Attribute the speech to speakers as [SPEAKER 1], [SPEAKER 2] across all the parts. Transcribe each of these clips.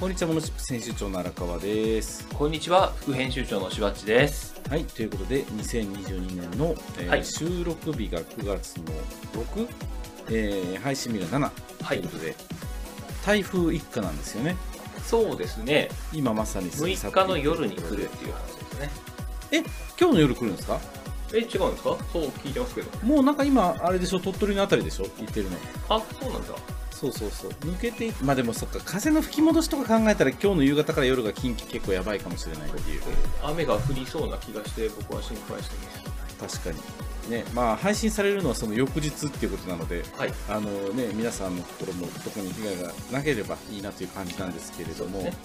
[SPEAKER 1] こんにちは、モノチップ編集長の荒川です。
[SPEAKER 2] こんにちは、副編集長のしばっちです。
[SPEAKER 1] はい、ということで、2022年の、えー
[SPEAKER 2] はい
[SPEAKER 1] 収録日が9月の6、えー配信日が7と
[SPEAKER 2] はいいう
[SPEAKER 1] ことで、台風一過なんですよね。
[SPEAKER 2] そうですね。
[SPEAKER 1] 今まさに過ぎ去ってい
[SPEAKER 2] 6日
[SPEAKER 1] く
[SPEAKER 2] の夜に来るっていう話ですね。
[SPEAKER 1] 今日の夜来るんですか
[SPEAKER 2] え、違うんですかそう聞いてますけど。
[SPEAKER 1] もうなんか今、あれでしょ、鳥取のあたりでしょ、行ってるの。
[SPEAKER 2] あ、そうなんだ。
[SPEAKER 1] そうそうそう。抜けていまあでもそっか、風の吹き戻しとか考えたら、今日の夕方から夜が近畿結構やばいかもしれないっていう。
[SPEAKER 2] 雨が降りそうな気がして、僕は心配してま
[SPEAKER 1] 確かに。ね、まあ配信されるのはその翌日っていうことなので、
[SPEAKER 2] す。はい。
[SPEAKER 1] あのね、皆さんのところも特に被害がなければいいなという感じなんですけれども、
[SPEAKER 2] そうですね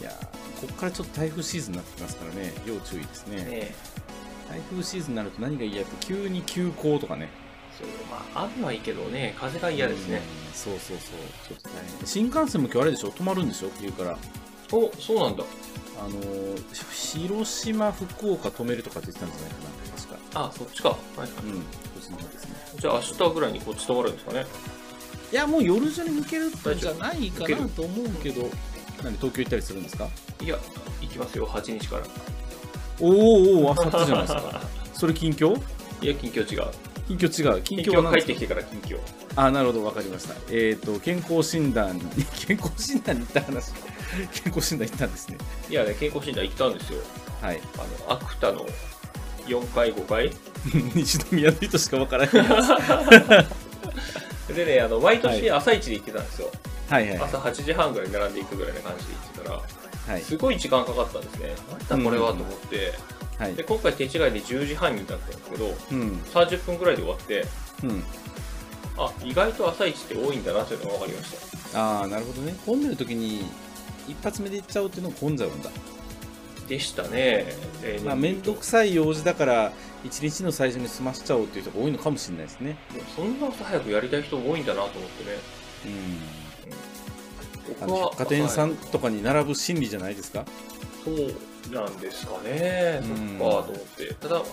[SPEAKER 1] いやーここからちょっと台風シーズンになってきますからね、要注意ですね。
[SPEAKER 2] ね
[SPEAKER 1] 台風シーズンになると何が嫌って、急に休校とかね、
[SPEAKER 2] そう、まあ、雨はいいけどね、風が嫌ですね。
[SPEAKER 1] うんそうそうそう、ちょっと大変新幹線も今日あれでしょ、止まるんでしょ、言うから、
[SPEAKER 2] お、そうなんだ。
[SPEAKER 1] あのーひ広島、福岡止めるとかって言ってたんじゃないかな、確か。
[SPEAKER 2] あ、そっちか。はいはい。
[SPEAKER 1] うん、こっちの方ですね。
[SPEAKER 2] じゃあ、明日ぐらいにこっち止まるんですかね。
[SPEAKER 1] いや、もう夜中に抜けるんじゃないかなと思うけど、何、東京行ったりするんですか
[SPEAKER 2] いや、行きますよ、8日から。
[SPEAKER 1] おーおー、あさってじゃないですか。 それ近況
[SPEAKER 2] いや、近況違う。
[SPEAKER 1] 近況違う。近
[SPEAKER 2] 近
[SPEAKER 1] 況
[SPEAKER 2] 況
[SPEAKER 1] は何
[SPEAKER 2] 帰
[SPEAKER 1] で
[SPEAKER 2] っ
[SPEAKER 1] すか
[SPEAKER 2] てきてから近況。
[SPEAKER 1] あ、なるほど、わかりました。えっ、と、健康診断に、 健康診断に行った話、 健康診断行ったんですね。
[SPEAKER 2] いやね、健康診断行ったんですよ。
[SPEAKER 1] はい。
[SPEAKER 2] あの、アクタの4回、5回。
[SPEAKER 1] 西宮の人しかわからない。 は
[SPEAKER 2] でね、あの毎
[SPEAKER 1] はい
[SPEAKER 2] 年朝一で行ってたんですよ、
[SPEAKER 1] いはい。
[SPEAKER 2] 朝8時半ぐらいに並んでいくぐらいな感じで行ってたら、
[SPEAKER 1] はい。
[SPEAKER 2] すごい時間かかったんですね、なんだこれはと思って、
[SPEAKER 1] はい
[SPEAKER 2] で。今回、手違いで10時半になったんですけど、
[SPEAKER 1] うん。
[SPEAKER 2] 30分ぐらいで終わって、
[SPEAKER 1] うん。
[SPEAKER 2] あ意外と朝一って多いんだなというのが分かりました。
[SPEAKER 1] ああ、なるほどね。混んでる時に、一発目で行っちゃおうっていうのも混んじゃうんだ。
[SPEAKER 2] でしたね、えー
[SPEAKER 1] まあ、面倒くさい用事だから、一日の最初に済ましちゃおうっていう人が多いのかもしれないですね。
[SPEAKER 2] でもそんな朝早くやりたい人多いんだなと思ってね、
[SPEAKER 1] うん。あ
[SPEAKER 2] 僕
[SPEAKER 1] の
[SPEAKER 2] は
[SPEAKER 1] 百貨店さん
[SPEAKER 2] 朝
[SPEAKER 1] とかに並ぶ心理じゃないですか。
[SPEAKER 2] 早いそうなんですかね、そっ
[SPEAKER 1] うん
[SPEAKER 2] かと思って、ただ、あの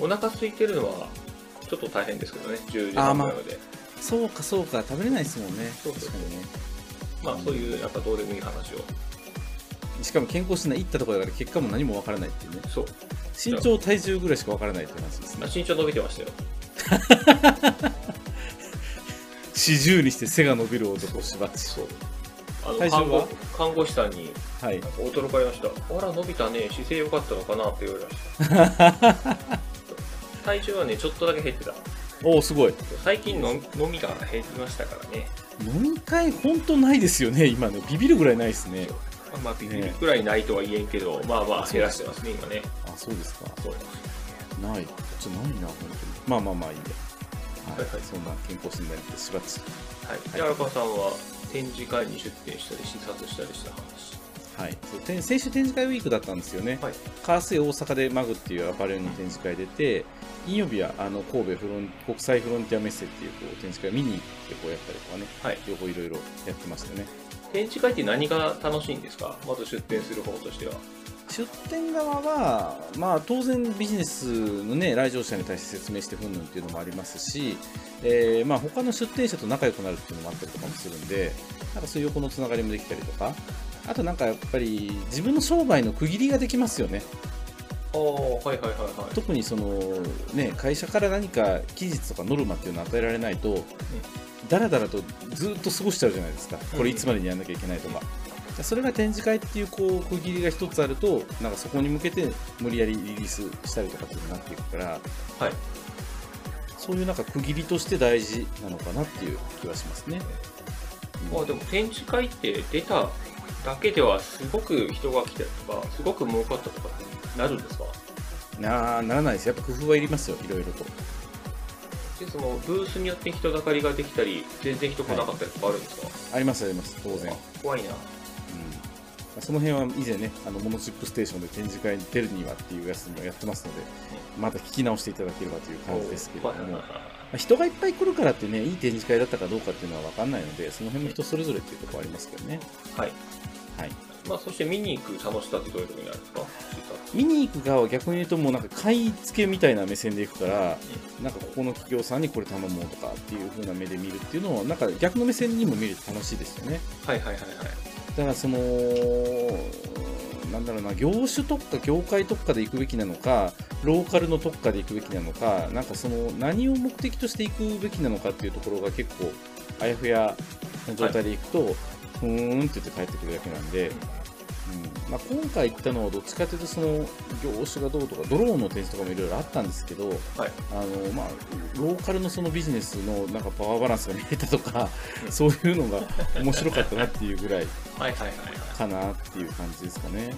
[SPEAKER 2] お腹空いてるのはちょっと大変ですけどね、10時
[SPEAKER 1] あー
[SPEAKER 2] 半ぐ
[SPEAKER 1] まあ
[SPEAKER 2] らいまで。
[SPEAKER 1] そうかそうか食べれないですもんね
[SPEAKER 2] そうそう
[SPEAKER 1] 確かにね
[SPEAKER 2] まあ、そういう、やっぱどうでもいい話を。
[SPEAKER 1] しかも健康診断行ったところだから結果も何もわからないっていうね
[SPEAKER 2] そう。
[SPEAKER 1] 身長体重ぐらいしかわからないって話です
[SPEAKER 2] ま
[SPEAKER 1] ね
[SPEAKER 2] あ、身長伸びてましたよ。
[SPEAKER 1] 四十にして背が伸びる男しばっち
[SPEAKER 2] そう。あの、
[SPEAKER 1] 体重
[SPEAKER 2] 看
[SPEAKER 1] は
[SPEAKER 2] 護看護師さんに、
[SPEAKER 1] はい
[SPEAKER 2] なんか驚かれました。あら、伸びたね。姿勢良かったのかなって言われました。 体重はね、ちょっとだけ減ってた。
[SPEAKER 1] おおすごい
[SPEAKER 2] 最近の飲みが減りましたからね。
[SPEAKER 1] 飲み会ほんとないですよね今ねビビるぐらいないですね
[SPEAKER 2] まあまあ、ビビるくらいないとは言えんけど、まあまあ、減らしてますね、今ね。
[SPEAKER 1] あそうですか
[SPEAKER 2] そう
[SPEAKER 1] ないちょないな本当にまあまあまあいいやはい、
[SPEAKER 2] はいはい
[SPEAKER 1] そんな健康診断行ってしばっち
[SPEAKER 2] はい。で、荒川さんは、展示会に出展したり、視察したりした話。
[SPEAKER 1] はい、そうてん先週展示会ウィークだったんですよね、
[SPEAKER 2] はい
[SPEAKER 1] カースイ大阪でマグっていうアパレルの展示会出て、金曜日はあの神戸フロン国際フロンティアメッセっていうこう展示会見に行ってこうやったりとかね、
[SPEAKER 2] はい。
[SPEAKER 1] 両方いろいろやってましたね。
[SPEAKER 2] 展示会って何が楽しいんですかまず出展する方としては。
[SPEAKER 1] 出店側は、まあ、当然ビジネスの、ね、来場者に対して説明してふんぬんっていうのもありますし、えーまあ、他の出店者と仲良くなるっていうのもあったりとかもするんでなんかそういう横のつながりもできたりとかあとなんかやっぱり自分の商売の区切りができますよね。
[SPEAKER 2] ああ、はいはいはいはい。
[SPEAKER 1] 特にその、ね、会社から何か期日とかノルマっていうのを与えられないと、だらだらとずっと過ごしちゃうじゃないですか、これいつまでにやらなきゃいけないとか、それが展示会っていうこう区切りが一つあると、なんかそこに向けて無理やりリリースしたりとかっていうのになっていくから、
[SPEAKER 2] はい
[SPEAKER 1] そういうなんか区切りとして大事なのかなっていう気はしますね。
[SPEAKER 2] まあでも展示会って出ただけではすごく人が来たりとかすごく儲かったとかになるんですか
[SPEAKER 1] なあならないです、やっぱ工夫はいりますよ、いろいろと。
[SPEAKER 2] でそのブースによって人だかりができたり全然人来なかったりとかあるんですか、
[SPEAKER 1] あります、あります、当然。
[SPEAKER 2] あ怖いな
[SPEAKER 1] うん、その辺は以前ね、あのモノチップステーションで展示会に出るにはっていうやつもやってますので、また聞き直していただければという感じですけれど
[SPEAKER 2] はいはい
[SPEAKER 1] も、
[SPEAKER 2] はい
[SPEAKER 1] まあ人がいっぱい来るからってね、いい展示会だったかどうかっていうのは分かんないので、その辺も人それぞれっていうところありますけどね。
[SPEAKER 2] はい
[SPEAKER 1] はい、
[SPEAKER 2] まあそして見に行く楽しさってどういうところにあるんですか
[SPEAKER 1] 見に行く側は逆に言うと、もうなんか買い付けみたいな目線で行くから、なんかここの企業さんにこれ頼もうとかっていう風な目で見るっていうのを、なんか逆の目線にも見ると楽しいですよね。
[SPEAKER 2] はいはいはいはい
[SPEAKER 1] だからそのなんだろうな業種特化業界特化で行くべきなのかローカルの特化で行くべきなのかなんかその何を目的として行くべきなのかっていうところが結構あやふやな状態で行くと、ふーんって言って帰ってくるだけなんで、うんまあ、今回行ったのはどっちかというとその業種がどうとかドローンの展示とかもいろいろあったんですけど、あのまあ、ローカルのそのビジネスのなんかパワーバランスが見えたとか、
[SPEAKER 2] うん
[SPEAKER 1] そういうのが面白かったなっていうぐらい
[SPEAKER 2] はいはいはい
[SPEAKER 1] かなっていう感じですかね。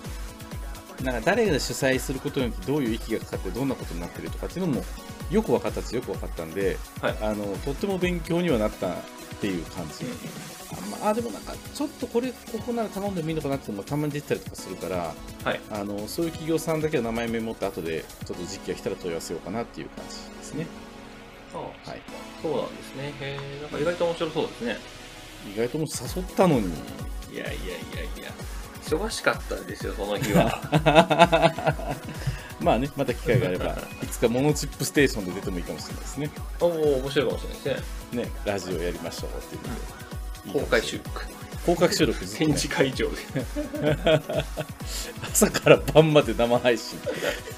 [SPEAKER 1] なんか誰が主催することによってどういう息がかかってどんなことになってるとかっていうのもよく分かったしよく分かったんで、
[SPEAKER 2] はい
[SPEAKER 1] あのとっても勉強にはなったっていう感じ、あまあでもなんかちょっとこれここなら頼んでもいいのかなっていうのもたまに出てたりとかするから
[SPEAKER 2] はい。
[SPEAKER 1] あのそういう企業さんだけは名前メモって後でちょっと時期が来たら問い合わせようかなっていう感じですね
[SPEAKER 2] あ
[SPEAKER 1] はい
[SPEAKER 2] そうなんですね。へえ、なんか意外と面白そうですね。
[SPEAKER 1] 意外ともう誘ったのに
[SPEAKER 2] いやいやいやいや、忙しかったですよ、その日は。
[SPEAKER 1] まあねまた機会があれ ばいつかモノチップステーションで出てもいいかもしれないですね
[SPEAKER 2] おお、面白いかもしれないですね。
[SPEAKER 1] ねラジオやりましょうっていうので
[SPEAKER 2] 公開収録。
[SPEAKER 1] 公開収録ですね
[SPEAKER 2] 展示会場で。
[SPEAKER 1] 朝から晩まで生配信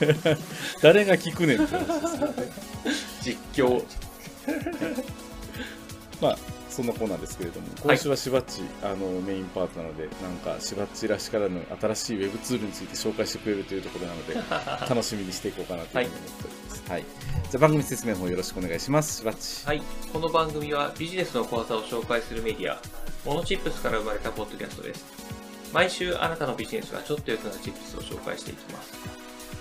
[SPEAKER 1] 誰が聞くねんって話ですけどね
[SPEAKER 2] 実況。
[SPEAKER 1] まあそんなコーナーですけれども今週はしばっち、あのメインパートなのでなんかしばっちらしからぬ新しいウェブツールについて紹介してくれるというところな ので楽しみにしていこうかなというふうに思っております、はいじゃあ番組説明の方よろしくお願いしますしばっち
[SPEAKER 2] はい、この番組はビジネスの小技を紹介するメディア、モノチップスから生まれたポッドキャストです。毎週あなたのビジネスがちょっと良くなるチップスを紹介していきます。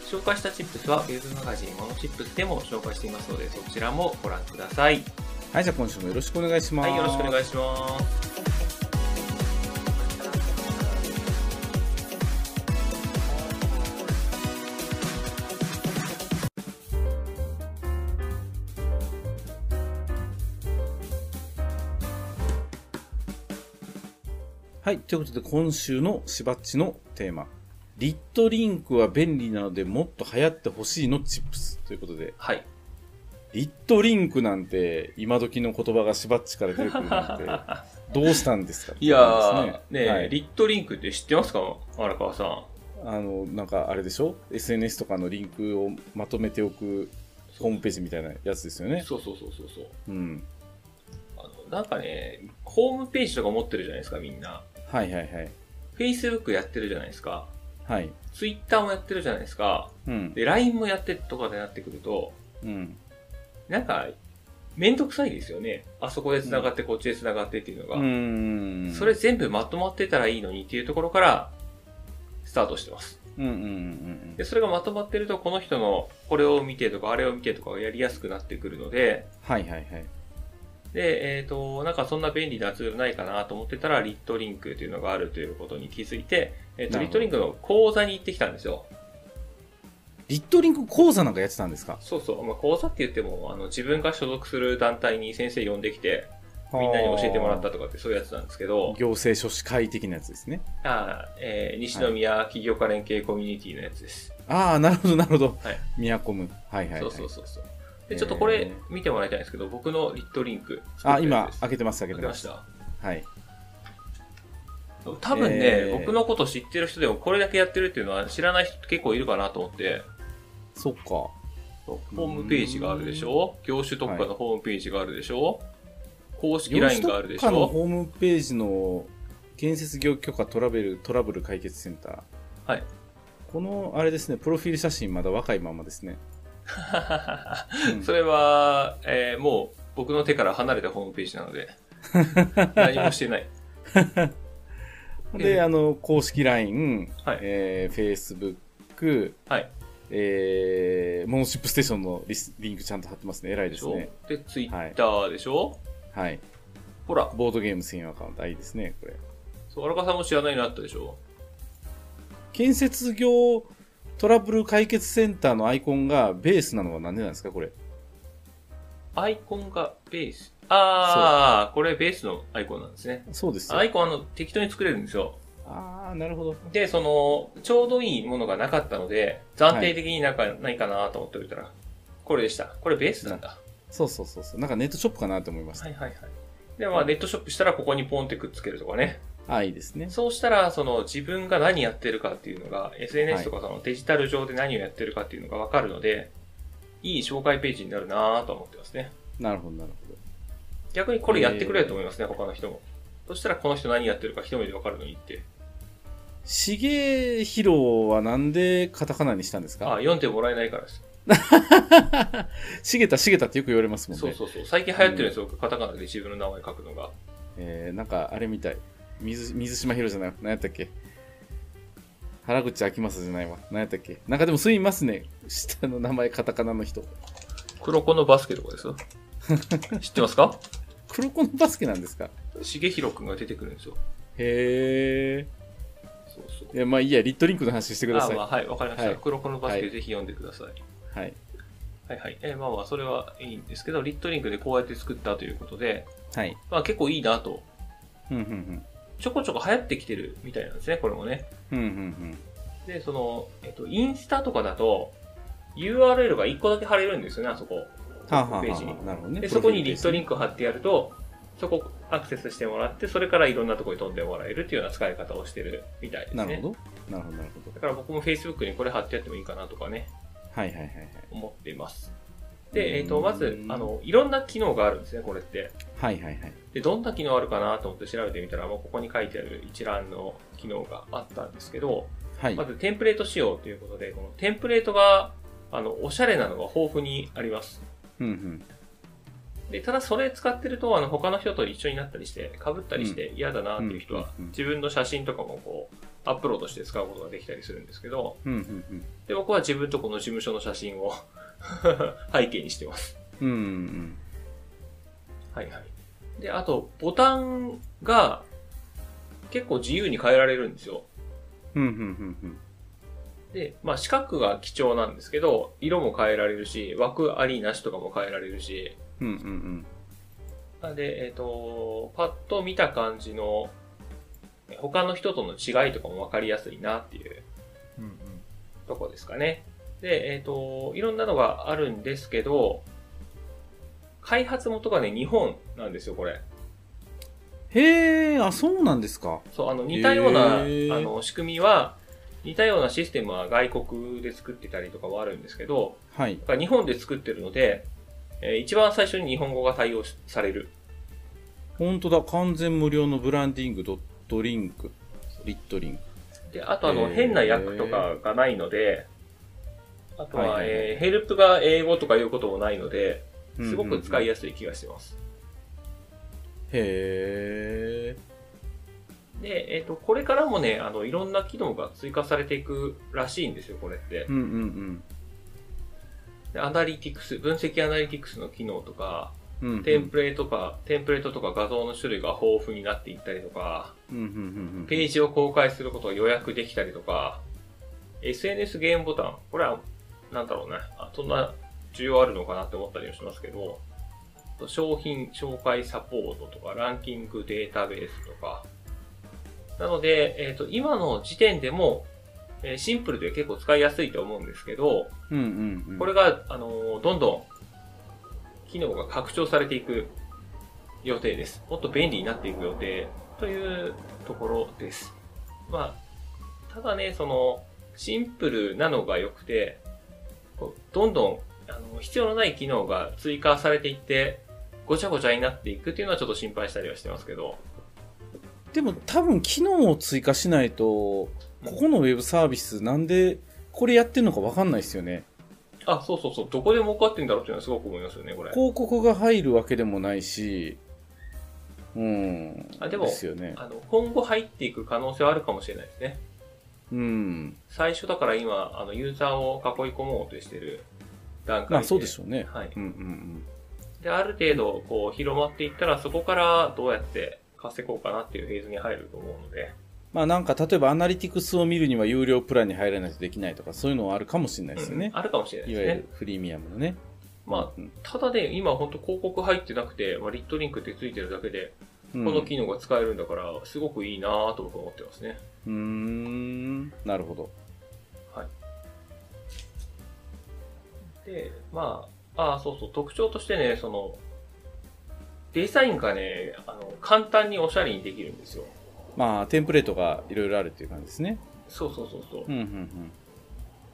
[SPEAKER 2] 紹介したチップスはウェブマガジンモノチップスでも紹介していますので、そちらもご覧ください。
[SPEAKER 1] はいじゃあ今週もよろしくお願いします
[SPEAKER 2] はい、よろしくお願いします。
[SPEAKER 1] はい、ということで今週のしばっちのテーマ。リットリンクは便利なのでもっと流行ってほしいのチップスということで、
[SPEAKER 2] はい。
[SPEAKER 1] リットリンクなんて今時の言葉がしばっちから出てくる なんて、どうしたんですか
[SPEAKER 2] いやー、
[SPEAKER 1] って感じです
[SPEAKER 2] ねえ
[SPEAKER 1] ねはい
[SPEAKER 2] リットリンクって知ってますか荒川さん。
[SPEAKER 1] あの、なんかあれでしょ ?SNS とかのリンクをまとめておくホームページみたいなやつですよね。
[SPEAKER 2] そうそうそうそうそう。
[SPEAKER 1] うん。
[SPEAKER 2] あの、なんかね、ホームページとか持ってるじゃないですか、みんな。
[SPEAKER 1] はいはいはい。
[SPEAKER 2] Facebook やってるじゃないですか。
[SPEAKER 1] はい。
[SPEAKER 2] Twitter もやってるじゃないですか。
[SPEAKER 1] うん。
[SPEAKER 2] で、LINE もやってとかでなってくると、
[SPEAKER 1] うん。
[SPEAKER 2] なんか、めんどくさいですよね。あそこで繋がって、こっちで繋がってっていうの
[SPEAKER 1] う
[SPEAKER 2] が。
[SPEAKER 1] ーん。
[SPEAKER 2] それ、全部まとまってたらいいのにっていうところから、スタートしてます。
[SPEAKER 1] うんうんうんう
[SPEAKER 2] で、
[SPEAKER 1] ん。
[SPEAKER 2] それがまとまってると、この人のこれを見てとか、あれを見てとかをやりやすくなってくるので、
[SPEAKER 1] はいはいはい。
[SPEAKER 2] で、えっ、と、なんかそんな便利なツールないかなと思ってたら、リットリンクというのがあるということに気づいて、えっ、と、
[SPEAKER 1] な
[SPEAKER 2] リ
[SPEAKER 1] る
[SPEAKER 2] ッ
[SPEAKER 1] ほ
[SPEAKER 2] ト
[SPEAKER 1] ど
[SPEAKER 2] リンクの講座に行ってきたんですよ。
[SPEAKER 1] リットリンク講座なんかやってたんですか
[SPEAKER 2] そうそう。まあ、講座って言っても、あの、自分が所属する団体に先生呼んできて、みんなに教えてもらったとかってそういうやつなんですけど、
[SPEAKER 1] 行政書士会的なやつですね。
[SPEAKER 2] あーえー西宮起業家連携コミュニティのやつです。
[SPEAKER 1] ああ、なるほど、なるほど。
[SPEAKER 2] はい
[SPEAKER 1] ミヤコム。はいはい、はい。
[SPEAKER 2] そうそうそうそう。で、ちょっとこれ見てもらいたいんですけど、僕のリットリンク作
[SPEAKER 1] あ、
[SPEAKER 2] ったやつ
[SPEAKER 1] 今
[SPEAKER 2] で、す。
[SPEAKER 1] 開けてます、開け
[SPEAKER 2] 開
[SPEAKER 1] て
[SPEAKER 2] けま
[SPEAKER 1] ま
[SPEAKER 2] し
[SPEAKER 1] す。
[SPEAKER 2] た。
[SPEAKER 1] はい。
[SPEAKER 2] 多分ね、
[SPEAKER 1] えー
[SPEAKER 2] 僕のこと知ってる人でもこれだけやってるっていうのは知らない人結構いるかなと思って、
[SPEAKER 1] そっか。
[SPEAKER 2] ホームページがあるでしょ業種特化のホームページがあるでしょ、公式
[SPEAKER 1] 業
[SPEAKER 2] LINE
[SPEAKER 1] 種
[SPEAKER 2] がある
[SPEAKER 1] 特
[SPEAKER 2] でし
[SPEAKER 1] 化の
[SPEAKER 2] ょ
[SPEAKER 1] ホームページの建設業許可トラベル、トラブル解決センター。
[SPEAKER 2] はい。
[SPEAKER 1] この、あれですね、プロフィール写真まだ若いままですね。うん
[SPEAKER 2] それは、えーもう僕の手から離れたホームページな ので、何もしてない。
[SPEAKER 1] で、あの、公式 LINE、
[SPEAKER 2] はい
[SPEAKER 1] えー Facebook、
[SPEAKER 2] はい。
[SPEAKER 1] えーモノシップステーションのリスリンクちゃんと貼ってますね。偉い
[SPEAKER 2] で
[SPEAKER 1] で
[SPEAKER 2] し
[SPEAKER 1] す
[SPEAKER 2] ょ
[SPEAKER 1] ね。
[SPEAKER 2] で、ツイッターでしょ、
[SPEAKER 1] はい。
[SPEAKER 2] ほら、
[SPEAKER 1] ボードゲーム専用アカウント、あいいですね、これ。
[SPEAKER 2] そう、荒川さんも知らないのあったでしょ
[SPEAKER 1] 建設業トラブル解決センターのアイコンがベースなのはなんでなんですかこれ。
[SPEAKER 2] アイコンがベース。ああ、これベースのアイコンなんですね。
[SPEAKER 1] そうですよ。
[SPEAKER 2] アイコンあの適当に作れるんですよ。
[SPEAKER 1] ああ、なるほど。
[SPEAKER 2] で、その、ちょうどいいものがなかったので、暫定的になんかないかなと思っておいたら、これでした。これベースなんだ。
[SPEAKER 1] そうそうそうそう。なんかネットショップかなと思いました。
[SPEAKER 2] はいはいはい。で、まあ、ネットショップしたらここにポンってくっつけるとかね。
[SPEAKER 1] あいいですね。
[SPEAKER 2] そうしたら、その自分が何やってるかっていうのが、SNS とかそのデジタル上で何をやってるかっていうのがわかるので、いい紹介ページになるなぁと思ってますね。
[SPEAKER 1] なるほど、なるほ
[SPEAKER 2] 逆にこれやってくれると思いますね、他の人も。そしたらこの人何やってるか一目でわかるのにって。
[SPEAKER 1] ど。しげひろはなんでカタカナにしたんです
[SPEAKER 2] あ、
[SPEAKER 1] か
[SPEAKER 2] 読んでもらえないからです。
[SPEAKER 1] しげたしげたってよく言われますもんね。
[SPEAKER 2] そうそうそう。最近流行ってるんですよ、僕カタカナで自分の名前書くのが。
[SPEAKER 1] えーなんかあれみたい。水水島ひろじゃない。何やったっけ原口あきますじゃないわ。何やったっけなんかでもすいますね。下の名前、カタカナの人。
[SPEAKER 2] 黒子のバスケと かですよ。知ってますか
[SPEAKER 1] 黒子のバスケなんですか
[SPEAKER 2] 重弘くんが出てくるんですよ。
[SPEAKER 1] へえ。
[SPEAKER 2] そうそう。
[SPEAKER 1] いや、まあいいや、リットリンクの話してくだ
[SPEAKER 2] あ、
[SPEAKER 1] さい。
[SPEAKER 2] まあはい、わかりました。
[SPEAKER 1] はい
[SPEAKER 2] 黒子のバス
[SPEAKER 1] は
[SPEAKER 2] ケ
[SPEAKER 1] い
[SPEAKER 2] ぜひ読んでください。
[SPEAKER 1] はい。
[SPEAKER 2] はいはい。えーまあまあ、それはいいんですけど、リットリンクでこうやって作ったということで、
[SPEAKER 1] はい。
[SPEAKER 2] まあ結構いいなと。
[SPEAKER 1] うん、うん、
[SPEAKER 2] ちょこちょこ流行ってきてるみたいなんですね、これもね。
[SPEAKER 1] うん。うん、うん、
[SPEAKER 2] で、その、えっと、インスタとかだと、URL が1個だけ貼れるんですよね、あそこ。
[SPEAKER 1] うん。はあ、はあ、
[SPEAKER 2] ページに
[SPEAKER 1] はあ、なるほどね。
[SPEAKER 2] で、そこにリットリン
[SPEAKER 1] ク。
[SPEAKER 2] ク貼ってやると、そこアクセスしてもらって、それからいろんなとこに飛んでもらえるっていうような使い方をしてるみたいですね。
[SPEAKER 1] なるほど。なるほど、なるほど。
[SPEAKER 2] だから僕も Facebook にこれ貼ってやってもいいかなとかね、
[SPEAKER 1] はい、はい、はい。はい
[SPEAKER 2] 思っています。で、えっ、と、
[SPEAKER 1] うん
[SPEAKER 2] まず、あの、いろんな機能があるんですね、これって。
[SPEAKER 1] はい、はい、はい。
[SPEAKER 2] で、どんな機能あるかなと思って調べてみたら、もうここに書いてある一覧の機能があったんですけど、
[SPEAKER 1] はい。
[SPEAKER 2] まずテンプレート仕様ということで、このテンプレートが、あの、おしゃれなのが豊富にあります。
[SPEAKER 1] うん、うん。
[SPEAKER 2] で、ただそれ使ってると、あの、他の人と一緒になったりして、被ったりして嫌だなっていう人は、
[SPEAKER 1] うんうんうん
[SPEAKER 2] 自分の写真とかもこう、アップロードして使うことができたりするんですけど、
[SPEAKER 1] うん、うん、
[SPEAKER 2] で、僕は自分とこの事務所の写真を 背景にしてます。
[SPEAKER 1] うん。うん、うん。
[SPEAKER 2] はいはい。で、あと、ボタンが結構自由に変えられるんですよ。
[SPEAKER 1] うん、うん、うんうん。
[SPEAKER 2] で、まあ四角が貴重なんですけど、色も変えられるし、枠ありなしとかも変えられるし、
[SPEAKER 1] うん、うん、うん。
[SPEAKER 2] なんで、えっ、と、パッと見た感じの、他の人との違いとかも分かりやすいなっていう
[SPEAKER 1] うんうん
[SPEAKER 2] とこですかね。で、えっ、と、いろんなのがあるんですけど、開発元がね、日本なんですよ、これ。
[SPEAKER 1] へえ、あ、そうなんですか。
[SPEAKER 2] そう、あの、似たような、あ
[SPEAKER 1] へー
[SPEAKER 2] の、仕組みは、似たようなシステムは外国で作ってたりとかはあるんですけど、
[SPEAKER 1] はい。
[SPEAKER 2] だから日本で作ってるので、えー一番最初に日本語が対応しされる。
[SPEAKER 1] 本当だ。完全無料のブランディングドットリンク。リットリンク。
[SPEAKER 2] で、あとあ
[SPEAKER 1] へ
[SPEAKER 2] の、
[SPEAKER 1] ー
[SPEAKER 2] 変な訳とかがないので、あとは、
[SPEAKER 1] はいはいはい
[SPEAKER 2] えーヘルプが英語とかいうこともないので、すごく使い
[SPEAKER 1] や
[SPEAKER 2] やすい気がしてます。
[SPEAKER 1] すい。へえ。
[SPEAKER 2] で、えっ、と、これからもね、あの、いろんな機能が追加されていくらしいんですよ、これって
[SPEAKER 1] う。んうん
[SPEAKER 2] でアナリティクス、分析アナリティクスの機能とか、
[SPEAKER 1] うん。うんうん
[SPEAKER 2] テンプレとか、テンプレートとか画像の種類が豊富になっていったりとか、
[SPEAKER 1] うんうんうんうん。
[SPEAKER 2] ページを公開することを予約できたりとか、SNS ゲームボタン、これは、なんだろうね、あそんな需要あるのかなって思ったりもしますけど、商品紹介サポートとか、ランキングデータベースとか。なので、えっ、と、今の時点でも、えーシンプルで結構使いやすいと思うんですけど、
[SPEAKER 1] うんうんうん。
[SPEAKER 2] これが、あのーどんどん、機能が拡張されていく予定です。もっと便利になっていく予定というところです。まあ、ただね、その、シンプルなのが良くて、こうどんどん、あの、必要のない機能が追加されていって、ごちゃごちゃになっていくっていうのはちょっと心配したりはしてますけど、
[SPEAKER 1] でも多分機能を追加しないと、ここのウェブサービスなんでこれやってるのかわかんないですよね。
[SPEAKER 2] あ、そうそうそう、どこで儲かってんだろうっていうのはすごく思いますよね、これ。
[SPEAKER 1] 広告が入るわけでもないし、うん。
[SPEAKER 2] あでも
[SPEAKER 1] ですよね。
[SPEAKER 2] あの、今後入っていく可能性はあるかもしれないですね。
[SPEAKER 1] うん。
[SPEAKER 2] 最初だから今、あの、ユーザーを囲い込もうとしてる段階で。
[SPEAKER 1] まあそうでしょうね。
[SPEAKER 2] はい
[SPEAKER 1] うんうん
[SPEAKER 2] で、ある程度、こう、広まっていったら、そこからどうやって稼ごうかなっていうフェーズに入ると思うので。
[SPEAKER 1] まあなんか例えばアナリティクスを見るには有料プランに入らないとできないとかそういうのはあるかもしれないですよね
[SPEAKER 2] うん。あるかもしれない
[SPEAKER 1] い
[SPEAKER 2] で
[SPEAKER 1] わ
[SPEAKER 2] す
[SPEAKER 1] ゆ
[SPEAKER 2] ね
[SPEAKER 1] る。フリーミアムのね。
[SPEAKER 2] ま
[SPEAKER 1] うん
[SPEAKER 2] あ、ただね、今本当広告入ってなくて、まあ、リットリンクってついてるだけで、
[SPEAKER 1] こ
[SPEAKER 2] この機能が使えるんだから、すごくいいなぁと僕は思ってますね。
[SPEAKER 1] うーん、なるほど。
[SPEAKER 2] で、まあ、ああ、そうそう、特徴としてね、その、デザインがね、あの、簡単におしゃれにできるんですよ。
[SPEAKER 1] まあ、テンプレートがいろいろあるっていう感じですね。
[SPEAKER 2] そうそうそうそう。
[SPEAKER 1] うんうんうん。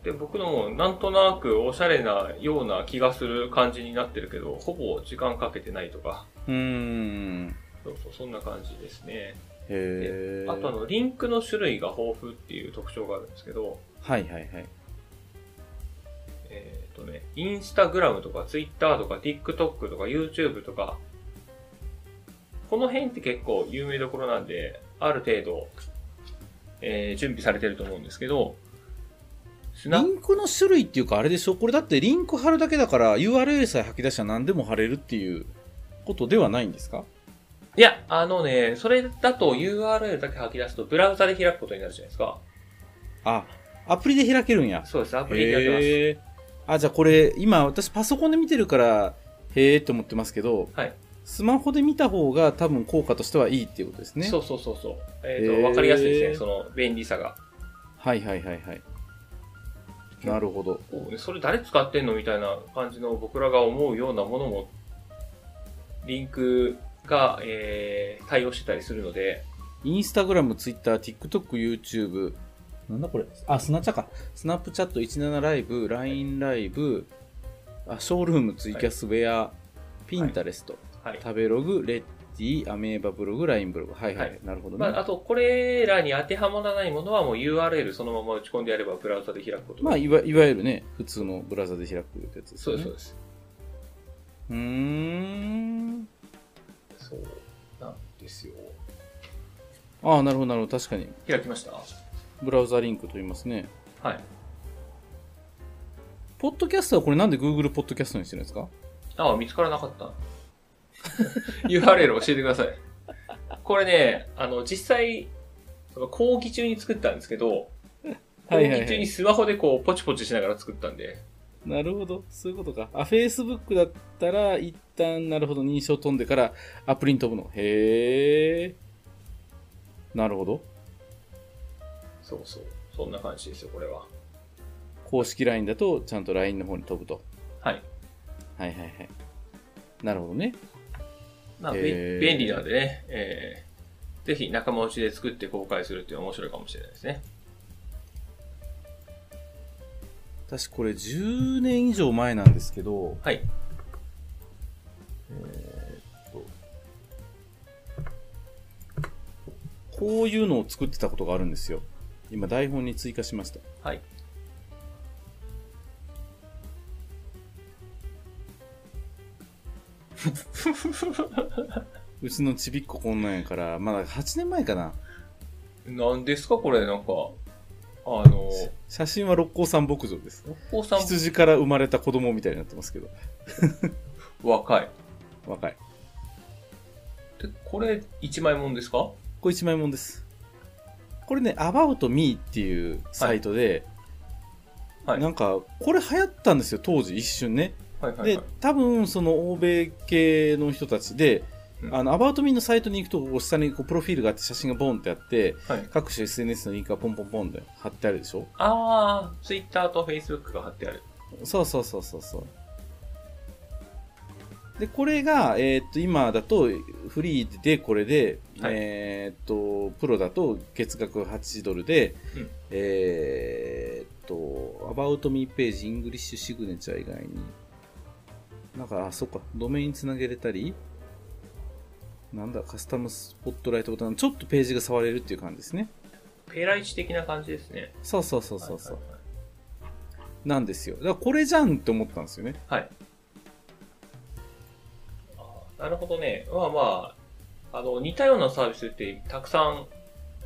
[SPEAKER 2] で、僕のもなんとなくおしゃれなような気がする感じになってるけど、ほぼ時間かけてないとか、
[SPEAKER 1] うーん。
[SPEAKER 2] そうそう、そんな感じですね。
[SPEAKER 1] へえ。
[SPEAKER 2] あとあの、リンクの種類が豊富っていう特徴があるんですけど、
[SPEAKER 1] はいはいはい。
[SPEAKER 2] えっ、とね、インスタグラムとかツイッターとか TikTok とか YouTube とか、この辺って結構有名どころなんで、ある程度、えー準備されてると思うんですけど、スナ
[SPEAKER 1] リンクの種類っていうか、あれでしょこれだってリンク貼るだけだから URL さえ吐き出したら何でも貼れるっていうことではないんですか
[SPEAKER 2] いや、あのね、それだと URL だけ吐き出すとブラウザで開くことになるじゃないですか。
[SPEAKER 1] あ、アプリで開けるんや。
[SPEAKER 2] そうです、アプリで開け
[SPEAKER 1] へえ。あ、じゃあこれ、今私パソコンで見てるから、へえって思ってますけど、
[SPEAKER 2] ます。はい。
[SPEAKER 1] スマホで見た方が多分効果としてはいいっていうことですね。
[SPEAKER 2] そうそうそうそう。えっ、
[SPEAKER 1] へー
[SPEAKER 2] と、わかりやすいですね、その便利さが。
[SPEAKER 1] はいはいはいはい。なるほど。
[SPEAKER 2] こうそれ誰使ってんのみたいな感じの僕らが思うようなものも、リンクが、えー、対応してたりするので、
[SPEAKER 1] インスタグラム、ツイッター、TikTok、YouTube。なんだこれあ、スナチャか。スナップチャット17ライブ、LINE ライブ、あ、ショールーム、ツイキャス、ウェア、ピンタレスト、
[SPEAKER 2] はい。
[SPEAKER 1] 食べログ、レッティ、アメーバブログ、LINE ブログ。はいはい。
[SPEAKER 2] はい
[SPEAKER 1] なるほどね。
[SPEAKER 2] まあ、あと、これらに当てはまらないものはもう URL そのまま打ち込んでやればブラウザで開くことが
[SPEAKER 1] まあ、いわいわゆるね、普通のブラウザで開くってやつです
[SPEAKER 2] そう
[SPEAKER 1] よ
[SPEAKER 2] で
[SPEAKER 1] ね。
[SPEAKER 2] す、そうです。
[SPEAKER 1] うーん。
[SPEAKER 2] そうなんですよ。
[SPEAKER 1] ああ、なるほど、なるほど。確かに。
[SPEAKER 2] 開きました
[SPEAKER 1] ブラウザリンクと言いますね。
[SPEAKER 2] はい。
[SPEAKER 1] ポッドキャストはこれなんで Google ポッドキャストにしてるんですか
[SPEAKER 2] あ見つからなかった。URL 教えてください。これね、あの、実際、その講義中に作ったんですけど、講
[SPEAKER 1] はいはいはい
[SPEAKER 2] 義中にスマホでこう、ポチポチしながら作ったんで、
[SPEAKER 1] なるほど。そういうことか。あ、Facebook だったら、一旦、なるほど、認証飛んでから、アプリに飛ぶの。へえ。なるほど。
[SPEAKER 2] そうそう。そんな感じですよ、これは。
[SPEAKER 1] 公式 LINE だと、ちゃんと LINE の方に飛ぶと。
[SPEAKER 2] はい。
[SPEAKER 1] はいはいはい。なるほどね。
[SPEAKER 2] まあ、
[SPEAKER 1] へ
[SPEAKER 2] べ
[SPEAKER 1] ー
[SPEAKER 2] 便利なんでね、えーぜひ仲間内で作って公開するっていうのは面白いかもしれないですね。
[SPEAKER 1] 私、これ10年以上前なんですけど、
[SPEAKER 2] はい。
[SPEAKER 1] こういうのを作ってたことがあるんですよ。今、台本に追加しました。
[SPEAKER 2] はい。
[SPEAKER 1] うちのちびっここんなんやから、まだ8年前かな。
[SPEAKER 2] なんですか、これ、なんか、あの、
[SPEAKER 1] 写真は六甲山牧場です。
[SPEAKER 2] 六甲さん、
[SPEAKER 1] 羊から生まれた子供みたいになってますけど、
[SPEAKER 2] 若い。
[SPEAKER 1] 若い。
[SPEAKER 2] で、これ、一枚もんですか
[SPEAKER 1] これ一枚もんです。これね、About Me っていうサイトで、
[SPEAKER 2] はい
[SPEAKER 1] なんか、これ流行ったんですよ、当時、一瞬ね。
[SPEAKER 2] はいはい、はい
[SPEAKER 1] で。、多分、その欧米系の人たちで、
[SPEAKER 2] うん
[SPEAKER 1] あの、About Me のサイトに行くと、こう下にこうプロフィールがあって、写真がボンってあって、
[SPEAKER 2] はい。
[SPEAKER 1] 各種 SNS のリンクがポンポンポンって貼ってあるでしょ
[SPEAKER 2] ああ、ツイッターとフェイスブックが貼ってある。
[SPEAKER 1] そうそうそうそうそう。で、これが、えーっと、今だと、フリーでこれで、
[SPEAKER 2] はい
[SPEAKER 1] えーっと、プロだと月額8ドルで、
[SPEAKER 2] うん
[SPEAKER 1] えーっと、アバウトミーページ、イングリッシュシグネチャー以外に、なんか、あ、そっか、ドメインつなげれたり、なんだ、カスタムスポットライトボタン、ちょっとページが触れるっていう感じですね。
[SPEAKER 2] ペライチ的な感じですね。
[SPEAKER 1] そうそうそうそうそう
[SPEAKER 2] は。いはい
[SPEAKER 1] なんですよ。だからこれじゃんって思ったんですよね。
[SPEAKER 2] はい。はいあーなるほどね。まあまあ、あの、似たようなサービスってたくさん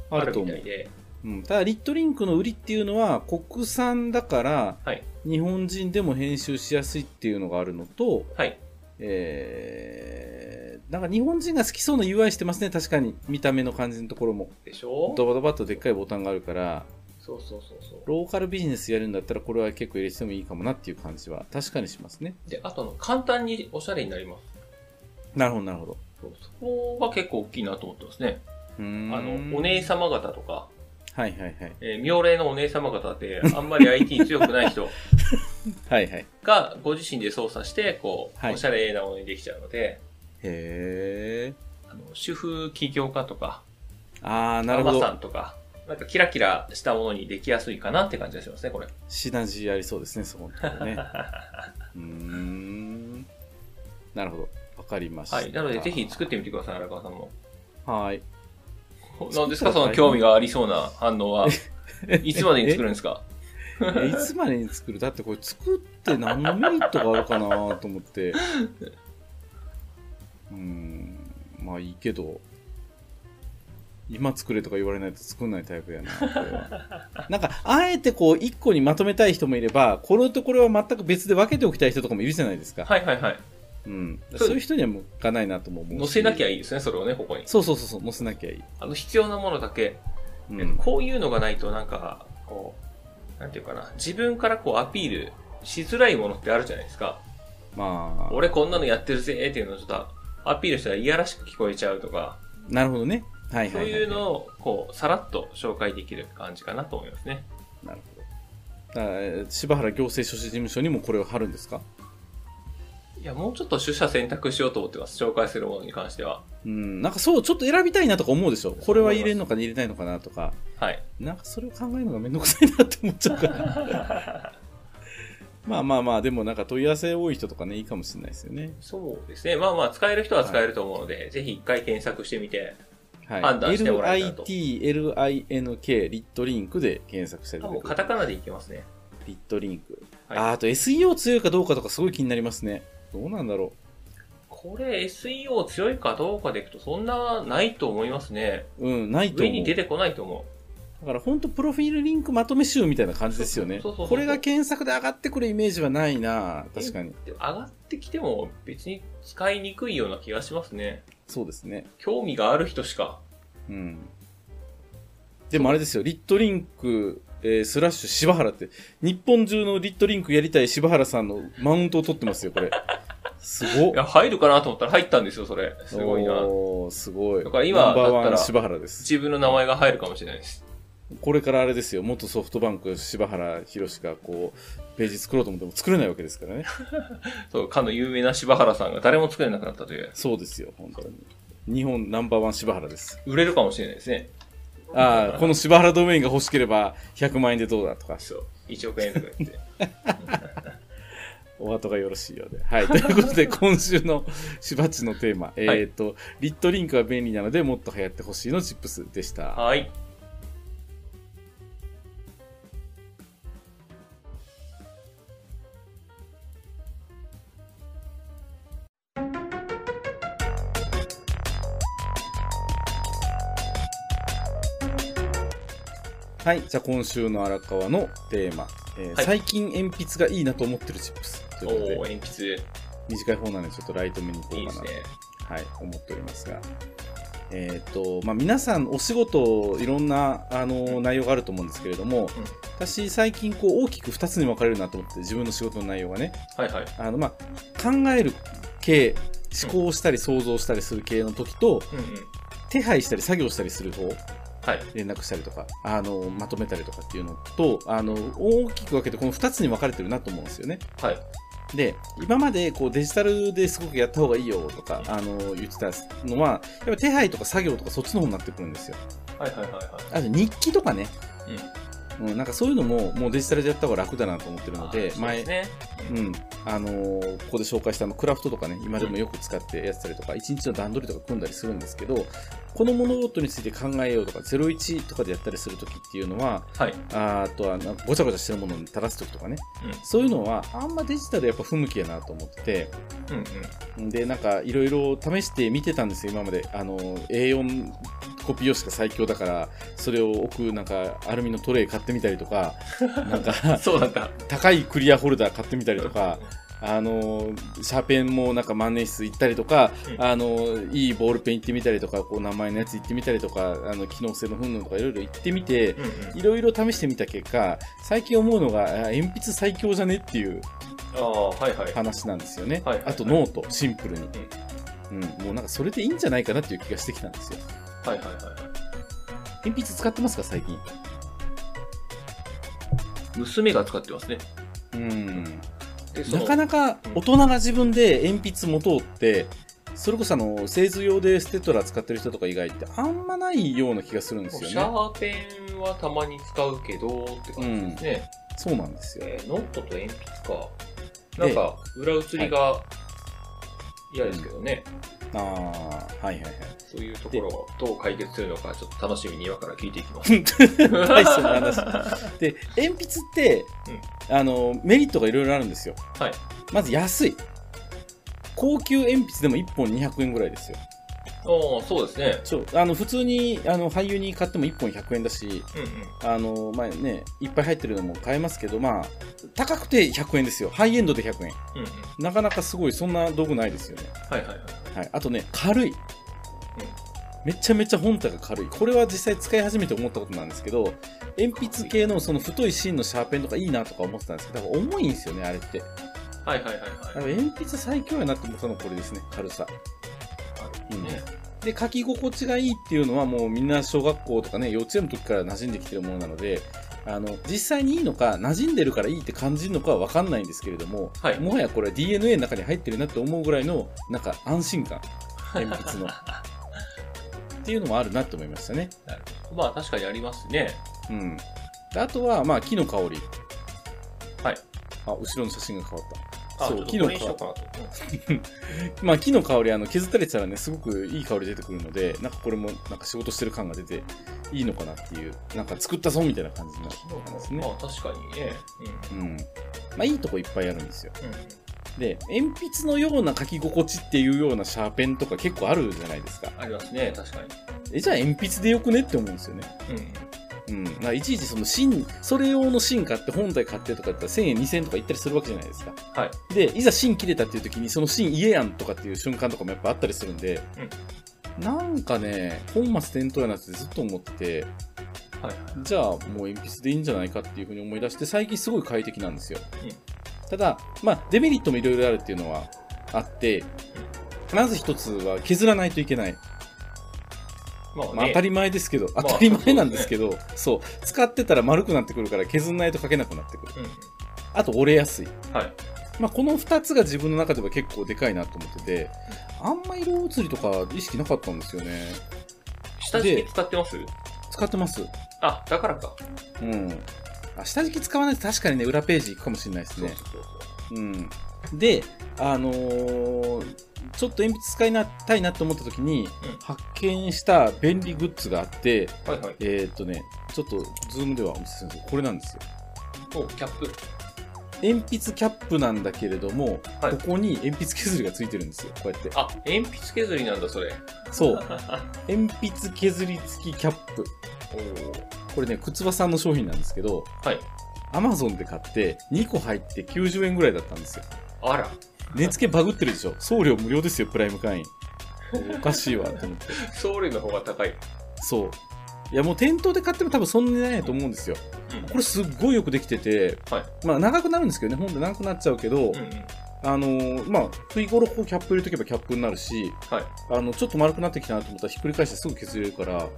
[SPEAKER 2] あ
[SPEAKER 1] ある
[SPEAKER 2] る
[SPEAKER 1] と
[SPEAKER 2] み
[SPEAKER 1] 思
[SPEAKER 2] た
[SPEAKER 1] う
[SPEAKER 2] い。で。
[SPEAKER 1] うん、ただリットリンクの売りっていうのは国産だから
[SPEAKER 2] はい。
[SPEAKER 1] 日本人でも編集しやすいっていうのがあるのと、
[SPEAKER 2] はい。
[SPEAKER 1] えー、なんか日本人が好きそうな UI してますね確かに見た目の感じのところも
[SPEAKER 2] でしょ
[SPEAKER 1] ドバドバっとでっかいボタンがあるから
[SPEAKER 2] そうそうそうそう。
[SPEAKER 1] ローカルビジネスやるんだったらこれは結構入れてもいいかもなっていう感じは確かにしますね
[SPEAKER 2] で、あとあの、簡単におしゃれになります。
[SPEAKER 1] なるほどなるほど
[SPEAKER 2] そうそこが結構大きいなと思ってますね。
[SPEAKER 1] うーん
[SPEAKER 2] あの、お姉様方とか、
[SPEAKER 1] はいはいはい
[SPEAKER 2] えー妙齢のお姉様方って、あんまり IT 強くない人
[SPEAKER 1] はいはいへ
[SPEAKER 2] がご自身で操作して、こう、
[SPEAKER 1] はい
[SPEAKER 2] おしゃれなものにできちゃうので、
[SPEAKER 1] え
[SPEAKER 2] あの主婦起業家とか、
[SPEAKER 1] ああ、な
[SPEAKER 2] マ
[SPEAKER 1] るほ
[SPEAKER 2] マさ
[SPEAKER 1] ど。
[SPEAKER 2] んとか、なんかキラキラしたものにできやすいかなって感じがしますね、これ。
[SPEAKER 1] シナジーありそうですね、そこのところ ね。うーん。なるほど。わかりました。
[SPEAKER 2] はい。なので、ぜひ作ってみてください、荒川さんも。
[SPEAKER 1] はい。
[SPEAKER 2] なんですか、その興味がありそうな反応は。いつまでに作るんですか
[SPEAKER 1] えいつまでに作るだってこれ作って何のメリットがあるかなと思ってうーんまあいいけど今作れとか言われないと作んないタイプやなこれ はなんかあえてこう一個にまとめたい人もいればこれとこれは全く別で分けておきたい人とかもいるじゃないですか、
[SPEAKER 2] はいはいはい。
[SPEAKER 1] うん、そういう人には向かないなとも思う
[SPEAKER 2] 載せなきゃ
[SPEAKER 1] いい
[SPEAKER 2] いいですね、それをね、ここに。
[SPEAKER 1] そうそうそうそう載せなきゃいい、
[SPEAKER 2] あの、必要なものだけ。
[SPEAKER 1] うん、
[SPEAKER 2] こういうのがないと、なんか、こう、なんていうかな、自分からこうアピールしづらいものってあるじゃないですか。
[SPEAKER 1] まあ
[SPEAKER 2] 俺こんなのやってるぜっていうのをちょっとアピールしたらいやらしく聞こえちゃうとか、
[SPEAKER 1] なるほどねはい
[SPEAKER 2] そ
[SPEAKER 1] は
[SPEAKER 2] う
[SPEAKER 1] い、はい、
[SPEAKER 2] いうのをこう、さらっと紹介できる感じかなと思いますね。
[SPEAKER 1] なるほど。だからえー柴原行政書士事務所にもこれを貼るんですか
[SPEAKER 2] いや、もうちょっと取捨選択しようと思ってます。紹介するものに関しては。
[SPEAKER 1] うん、なんかそう、ちょっと選びたいなとか思うでしょ。これは入れるのか入れないのかなとか。
[SPEAKER 2] はい。
[SPEAKER 1] なんかそれを考えるのがめんどくさいなって思っちゃうから。 まあまあまあ、でもなんか問い合わせ多い人とかね、いいかもしれないですよね。
[SPEAKER 2] そうですね。まあまあ、使える人は使えると思うので、ぜひ一回検索してみて、
[SPEAKER 1] はい。
[SPEAKER 2] 判断してもらえたらと
[SPEAKER 1] LITLINK、リットリンクで検索したり
[SPEAKER 2] 多
[SPEAKER 1] と
[SPEAKER 2] 分
[SPEAKER 1] か
[SPEAKER 2] カ。タカナでいけますね。
[SPEAKER 1] リットリンク。
[SPEAKER 2] はい
[SPEAKER 1] ああと SEO 強いかどうかとかすごい気になりますね。どうなんだろ
[SPEAKER 2] これ SEO 強いかどうかでいくと、そんなないと思いますね。
[SPEAKER 1] う。うん、ないと
[SPEAKER 2] 上
[SPEAKER 1] 思
[SPEAKER 2] に
[SPEAKER 1] う
[SPEAKER 2] 出。てこないと思
[SPEAKER 1] だから本当プロフィールリンクまとめ集みたいな感じですよね。
[SPEAKER 2] そうそうそうそう
[SPEAKER 1] これが検索で上がってくるイメージはないな確かに。
[SPEAKER 2] う。で上がってきても別に使いにくいような気がしますね。
[SPEAKER 1] そうですね。
[SPEAKER 2] 興味がある人しか。
[SPEAKER 1] うん。でもあれですよ、リットリンク、えースラッシュ柴原って、日本中のリットリンクやりたい柴原さんのマウントを取ってますよ、これ。すごっ
[SPEAKER 2] いや、入るかなと思ったら入ったんですよ、それ。すごいな。
[SPEAKER 1] おーすごい。
[SPEAKER 2] だから今
[SPEAKER 1] ナンバー
[SPEAKER 2] だ
[SPEAKER 1] ワ
[SPEAKER 2] っ
[SPEAKER 1] ン
[SPEAKER 2] たら
[SPEAKER 1] 柴原です。
[SPEAKER 2] 自分の名前が入るかもしれないです。
[SPEAKER 1] これからあれですよ、元ソフトバンク柴原博がこう、ページ作ろうと思っても作れないわけです からね。
[SPEAKER 2] そう、かの有名な柴原さんが誰も作れなくなったという。
[SPEAKER 1] そうですよ、本当に。日本ナンバーワン柴原です。
[SPEAKER 2] 売れるかもしれないですね。
[SPEAKER 1] ああ、この柴原ドメインが欲しければ100万円でどうだとか、
[SPEAKER 2] そう。1億円とか 言って。
[SPEAKER 1] お後がよろしいようで。はい。ということ で、今週のしばちのテーマ、えっと、リットリンクは便利なのでもっと流行ってほしいのチップスでした。
[SPEAKER 2] はい。
[SPEAKER 1] はい。じゃあ今週の荒川のテーマ、えー
[SPEAKER 2] はい
[SPEAKER 1] 最近鉛筆がいいなと思ってるチップスと
[SPEAKER 2] お
[SPEAKER 1] いうこと
[SPEAKER 2] ー、
[SPEAKER 1] で、
[SPEAKER 2] 鉛筆。
[SPEAKER 1] 短い方なのでちょっとライトめにいこ
[SPEAKER 2] いういで
[SPEAKER 1] か
[SPEAKER 2] す
[SPEAKER 1] な
[SPEAKER 2] ね
[SPEAKER 1] と、。はい、思っておりますが。えっとまあ、皆さんお仕事いろんなあの内容があると思うんですけれども、私最近こう大きく2つに分かれるなと思って自分の仕事の内容がね
[SPEAKER 2] はいはい。
[SPEAKER 1] あのまあ考える系思考したり想像したりする系の時と
[SPEAKER 2] うんうん。
[SPEAKER 1] 手配したり作業したりする方
[SPEAKER 2] はい。
[SPEAKER 1] 連絡したりとかあのまとめたりとかっていうのとあの大きく分けてこの2つに分かれてるなと思うんですよね
[SPEAKER 2] はい。
[SPEAKER 1] で今までこうデジタルですごくやった方がいいよとかあの言ってたのはやっぱ手配とか作業とかそっちの方になってくるんですよ
[SPEAKER 2] はいはいはいは
[SPEAKER 1] あと日記とかね
[SPEAKER 2] い。うん。
[SPEAKER 1] うん、なんかそういうのももうデジタルでやった方が楽だなと思ってるので
[SPEAKER 2] あーそう
[SPEAKER 1] 前
[SPEAKER 2] すね。
[SPEAKER 1] うん、あのーここで紹介したあのクラフトとかね、今でもよく使ってやってたりとか、一日の段取りとか組んだりするんですけど、この物事について考えようとか、01とかでやったりするときっていうのは、
[SPEAKER 2] はい。
[SPEAKER 1] ああとはなんかごちゃごちゃしてるものに垂らすときとかね、
[SPEAKER 2] うん
[SPEAKER 1] そういうのはあんまデジタルやっぱ不向きやなと思ってて、
[SPEAKER 2] うんうん。
[SPEAKER 1] で、なんかいろいろ試して見てたんですよ、今まで。あのー A4 コピー用紙が最強だから、それを置くなんかアルミのトレイ買ってみたりと か、なんか
[SPEAKER 2] そうなんだ。
[SPEAKER 1] 高いクリアホルダー買ってみたりとか、あのーシャーペンもなんか万年筆行ったりとか、
[SPEAKER 2] うん
[SPEAKER 1] あのーいいボールペン行ってみたりとかこう名前のやつ行ってみたりとかあの機能性のふんぬんとかいろいろ行ってみて
[SPEAKER 2] うんうん。
[SPEAKER 1] いろいろ試してみた結果最近思うのがあ鉛筆最強じゃねっていう
[SPEAKER 2] ああ、はいはい。
[SPEAKER 1] 話なんですよね、
[SPEAKER 2] はいはいはい
[SPEAKER 1] あとノートシンプルに、うんもうなんかそれでいいんじゃないかなっていう気がしてきたんですよ
[SPEAKER 2] はいはいはい。
[SPEAKER 1] 鉛筆使ってますか最近
[SPEAKER 2] 娘が使ってますね。
[SPEAKER 1] うん
[SPEAKER 2] でその
[SPEAKER 1] なかなか
[SPEAKER 2] うん
[SPEAKER 1] 大人が自分で鉛筆持とうってそれこそあの製図用でステトラ使ってる人とか以外ってあんまないような気がするんです
[SPEAKER 2] シ
[SPEAKER 1] よ
[SPEAKER 2] ャ
[SPEAKER 1] ね
[SPEAKER 2] ーペンはたまに使うけどって感じですね、
[SPEAKER 1] そうなんですよ
[SPEAKER 2] えーノットと鉛筆かなんか裏写りが嫌ですけどね、
[SPEAKER 1] ああはいはいはい
[SPEAKER 2] そういうところをどう解決するのかちょっと楽しみに今から聞いていきます
[SPEAKER 1] 大層な話で鉛筆って、あのメリットがいろいろあるんですよ
[SPEAKER 2] はい
[SPEAKER 1] まず安い高級鉛筆でも1本200円ぐらいですよ
[SPEAKER 2] おーそうですね
[SPEAKER 1] そうあの普通にあの俳優に買っても1本100円だし
[SPEAKER 2] うんうん
[SPEAKER 1] あのまあねいっぱい入ってるのも買えますけどまあ高くて100円ですよハイエンドで100円
[SPEAKER 2] うんうん
[SPEAKER 1] なかなかすごいそんな道具ないですよね、
[SPEAKER 2] はいはいはい
[SPEAKER 1] はい、あとね軽いめちゃめちゃ本体が軽いこれは実際使い始めて思ったことなんですけど鉛筆系のその太い芯のシャーペンとかいいなとか思ってたんですけど多分重いんですよねあれって
[SPEAKER 2] はいはいはい
[SPEAKER 1] だ
[SPEAKER 2] はい
[SPEAKER 1] から鉛筆最強やなって思ったのはこれですね軽さうん
[SPEAKER 2] ね
[SPEAKER 1] で書き心地がいいっていうのはもうみんな小学校とかね幼稚園の時から馴染んできてるものなのであの実際にいいのか馴染んでるからいいって感じるのかは分かんないんですけれども、
[SPEAKER 2] はい
[SPEAKER 1] もはやこれは DNA の中に入ってるなって思うぐらいのなんか安心感鉛筆のっていうのもあるなと思いましたね。
[SPEAKER 2] なるほどまあ確かにありますね
[SPEAKER 1] うん、であとは、まあ、木の香り。
[SPEAKER 2] はい。
[SPEAKER 1] あ、後ろの写真が変わっ
[SPEAKER 2] あ
[SPEAKER 1] そう
[SPEAKER 2] ちょっと
[SPEAKER 1] 木の
[SPEAKER 2] これにしようかなと
[SPEAKER 1] た。まあ、木の香り、あの、削ったりしたらね、すごくいい香り出てくるので、なんかこれも、なんか仕事してる感が出て、いいのかなっていう、なんか作ったぞみたいな感じになるんです
[SPEAKER 2] ま
[SPEAKER 1] ね。
[SPEAKER 2] あ確かにね
[SPEAKER 1] うん。まあ、いいとこいっぱいあるんですよ。
[SPEAKER 2] うん、うん、
[SPEAKER 1] で、鉛筆のような書き心地っていうようなシャーペンとか結構あるじゃないですか。
[SPEAKER 2] ありますね確かに
[SPEAKER 1] え、じゃあ鉛筆でよくねって思うんですよね。
[SPEAKER 2] うんうん
[SPEAKER 1] うん。なんかいちいちその芯、それ用の芯買って本体買ってとかだったら1000円2000円とかいったりするわけじゃないですか。
[SPEAKER 2] はい
[SPEAKER 1] でいざ芯切れたっていう時にその芯家やんとかっていう瞬間とかもやっぱあったりするんで、なんかね本末転倒やなってずっと思ってて
[SPEAKER 2] はい
[SPEAKER 1] じゃあもう鉛筆でいいんじゃないかっていうふうに思い出して最近すごい快適なんですよ、ただまあデメリットもいろいろあるっていうのはあってまず一つは削らないといけない、
[SPEAKER 2] まあ、ね
[SPEAKER 1] まあ、当たり前ですけど、当
[SPEAKER 2] あ
[SPEAKER 1] たり前なんですけど、そう使ってたら丸くなってくるから削んないと書けなくなってくる
[SPEAKER 2] うんうん
[SPEAKER 1] あと折れやすい
[SPEAKER 2] はい
[SPEAKER 1] まあ、この2つが自分の中では結構でかいなと思ってて、あんま色移りとか意識なかったんですよね。
[SPEAKER 2] 下敷き使ってます
[SPEAKER 1] 使ってます。
[SPEAKER 2] あだからか
[SPEAKER 1] うん。あ下敷き使わないと確かにね、裏ページ行くかもしれないです
[SPEAKER 2] そう
[SPEAKER 1] ね
[SPEAKER 2] そう。そうそう
[SPEAKER 1] うん。で、あのーちょっと鉛筆使いなたいなと思った時に、
[SPEAKER 2] うん
[SPEAKER 1] 発見した便利グッズがあって、
[SPEAKER 2] はいはい。
[SPEAKER 1] えーっとね、ちょっとズームではお見せするんですけど、これなんですよ。
[SPEAKER 2] おキャップ。
[SPEAKER 1] 鉛筆キャップなんだけれども、
[SPEAKER 2] はい
[SPEAKER 1] ここに鉛筆削りがついてるんですよ。こうやって。
[SPEAKER 2] あ、鉛筆削りなんだ、それ。
[SPEAKER 1] そう。
[SPEAKER 2] は
[SPEAKER 1] 鉛筆削り付きキャップこれね靴場さんの商品なんですけど
[SPEAKER 2] い。
[SPEAKER 1] アマゾンで買って2個入って90円ぐらいだったんですよ
[SPEAKER 2] あら、
[SPEAKER 1] 値付けバグってるでしょ送料無料ですよプライム会員おかしいわと思って
[SPEAKER 2] 送料の方が高い。
[SPEAKER 1] そういやもう店頭で買っても多分そんなにないと思うんですよ
[SPEAKER 2] うん
[SPEAKER 1] これすっごいよくできてて、
[SPEAKER 2] は
[SPEAKER 1] まあ長くなるんですけどね本で長くなっちゃうけど、
[SPEAKER 2] うんうん。
[SPEAKER 1] あのーまあ日頃こうキャップ入れとけばキャップになるし
[SPEAKER 2] はい。
[SPEAKER 1] あのちょっと丸くなってきたなと思ったらひっくり返してすぐ削れるから
[SPEAKER 2] うんうん。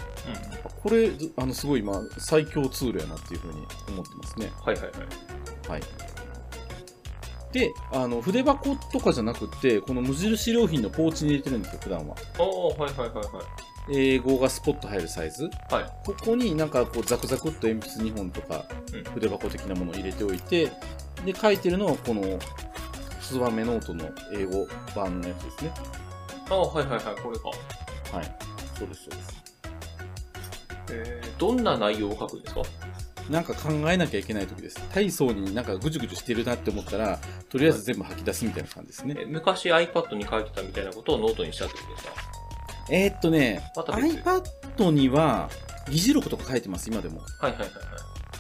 [SPEAKER 1] これずあのすごい今最強ツールやなっていうふうに思ってますね。
[SPEAKER 2] はいはいはい。
[SPEAKER 1] はい、であの筆箱とかじゃなくてこの無印良品のポーチに入れてるんですよ普段は。
[SPEAKER 2] おー、はいはいはい
[SPEAKER 1] 英語がスポッと入るサイズ
[SPEAKER 2] はい。はい。
[SPEAKER 1] ここになんかこうザクザクっと鉛筆2本とか
[SPEAKER 2] うん
[SPEAKER 1] 筆箱的なものを入れておいてで書いてるのはこのツバメノートの英語版のやつですね。
[SPEAKER 2] あー、はいはいはい。これか。
[SPEAKER 1] はい、そうですそうです
[SPEAKER 2] えー、どんな内容を書くんですか
[SPEAKER 1] なんか考えなきゃいけない時です。体操になんかぐじゅぐじゅしてるなって思ったら、とりあえず全部吐き出すみたいな感じです
[SPEAKER 2] え
[SPEAKER 1] ね。
[SPEAKER 2] ー昔 iPad に書いてたみたいなことをノートにしたってことですか
[SPEAKER 1] えーっとね、
[SPEAKER 2] また別
[SPEAKER 1] iPad には議事録とか書いてます、今でも。
[SPEAKER 2] はいはいはい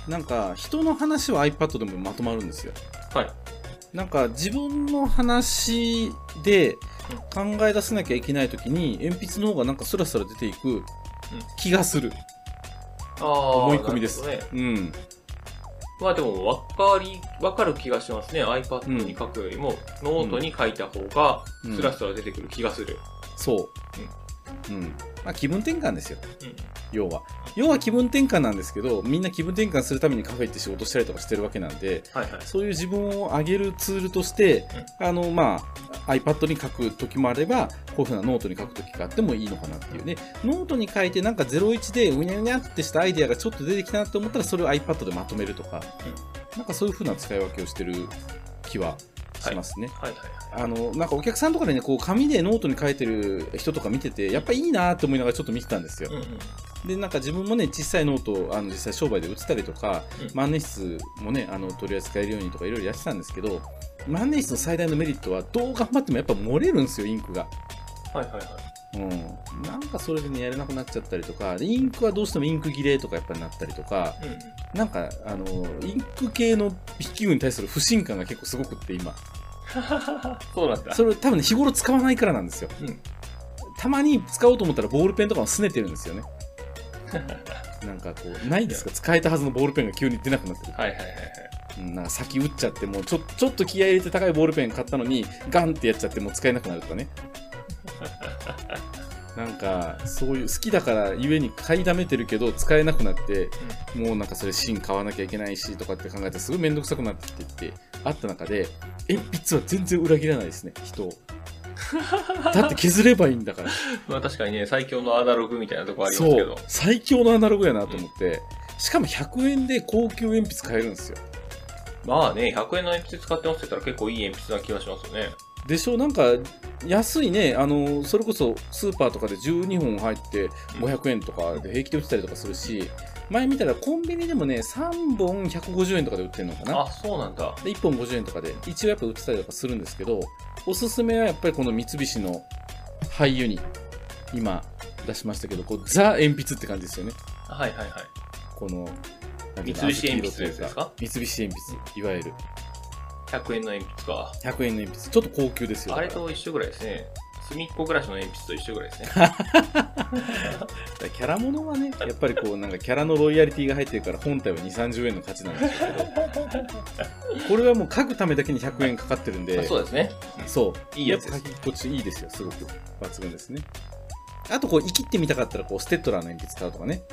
[SPEAKER 1] なんか、人の話は iPad でもまとまるんですよ。
[SPEAKER 2] はい。はい。
[SPEAKER 1] なんか、自分の話で考え出さなきゃいけない時に、鉛筆の方がなんかスラスラ出ていく気がする。
[SPEAKER 2] あー、
[SPEAKER 1] 思い込みです
[SPEAKER 2] なるほどね。
[SPEAKER 1] うん。
[SPEAKER 2] まあでも、わかり、わかる気がしますね。iPad に書くよりも、ノートに書いた方が、
[SPEAKER 1] うん
[SPEAKER 2] スラスラ出てくる気がする。
[SPEAKER 1] そう。うん。まあ、気分転換ですよ。
[SPEAKER 2] うん。
[SPEAKER 1] 要は要は気分転換なんですけどみんな気分転換するためにカフェ行って仕事したりとかしてるわけなんで
[SPEAKER 2] はいはい。
[SPEAKER 1] そういう自分を上げるツールとして、あのまあ、iPad に書く時もあれば、こういうふうなノートに書く時があってもいいのかなっていうね、ノートに書いて、なんか01でうにゃうにゃってしたアイデアがちょっと出てきたなって思ったら、それを iPad でまとめるとか、なんかそういうふうな使い分けをしてる気はしますね。
[SPEAKER 2] はいはいはい。
[SPEAKER 1] あのなんかお客さんとかでねこう紙でノートに書いてる人とか見ててやっぱいいなと思いながらちょっと見てたんですよ
[SPEAKER 2] うんうん。
[SPEAKER 1] でなんか自分もね小さいノートをあの実際商売で売ってたりとか、
[SPEAKER 2] うん
[SPEAKER 1] 万年筆もねあの取り扱えるようにとかいろいろやってたんですけど万年筆の最大のメリットはどう頑張ってもやっぱ漏れるんですよインクが。
[SPEAKER 2] はいはいはい。
[SPEAKER 1] うん、なんかそれでねやれなくなっちゃったりとかでインクはどうしてもインク切れとかやっぱりなったりとか
[SPEAKER 2] うんうん。
[SPEAKER 1] なんかあのインク系の筆記具に対する不信感が結構すごくって今
[SPEAKER 2] そうなんだ。
[SPEAKER 1] それ多分、ね、日頃使わないからなんですよ
[SPEAKER 2] うん。
[SPEAKER 1] たまに使おうと思ったらボールペンとかも拗ねてるんです よねなんかこうないですか使えたはずのボールペンが急に出なくなってる
[SPEAKER 2] はいはいはいはい。
[SPEAKER 1] うんなんか先打っちゃってもうちょちょっと気合い入れて高いボールペン買ったのにガンってやっちゃってもう使えなくなるとかね なんかそういう好きだからゆえに買いだめてるけど使えなくなって、もうなんかそれ芯買わなきゃいけないしとかって考えたらすごい面倒くさくなってきてってあった中で鉛筆は全然裏切らないですね人 をだって削ればいいんだから
[SPEAKER 2] まあ確かにね、最強のアナログみたいなとこありますけど。
[SPEAKER 1] そう最強のアナログやなと思って、しかも100円で高級鉛筆買えるんですよ
[SPEAKER 2] まあね、100円の鉛筆使ってますって言ったら結構いい鉛筆な気がしますよね。
[SPEAKER 1] でしょなんか安いねあのそれこそスーパーとかで12本入って500円とかで平気で売ってたりとかするし前見たらコンビニでもね3本150円とかで売ってるのかな
[SPEAKER 2] あ、そうなんだ。
[SPEAKER 1] で1本50円とかで一応やっぱ売ってたりとかするんですけどおすすめはやっぱりこの三菱のハイユニ今出しましたけどこうザ鉛筆って感じですよね
[SPEAKER 2] はいはいはい。
[SPEAKER 1] このなんていうの
[SPEAKER 2] 三菱鉛筆の
[SPEAKER 1] 小豆
[SPEAKER 2] やつ
[SPEAKER 1] 色という
[SPEAKER 2] ですか
[SPEAKER 1] 三菱鉛筆いわゆる
[SPEAKER 2] 100円の鉛筆か。
[SPEAKER 1] 100円の鉛筆ちょっと高級ですよ
[SPEAKER 2] あれと一緒ぐらいですね。隅っこ暮らしの鉛筆と一緒ぐらいですね。
[SPEAKER 1] だからキャラものはね、やっぱりこう、なんかキャラのロイヤリティが入ってるから、本体は2、30円の価値なんです けど、これはもう書くためだけに100円かかってるんで、
[SPEAKER 2] あそうですね。
[SPEAKER 1] そう
[SPEAKER 2] いいやつです
[SPEAKER 1] やっぱ書き心地いいですよ、すごく。抜群ですね。あと、こう、生きってみたかったら、こう、ステッドラーの鉛筆買うとかね、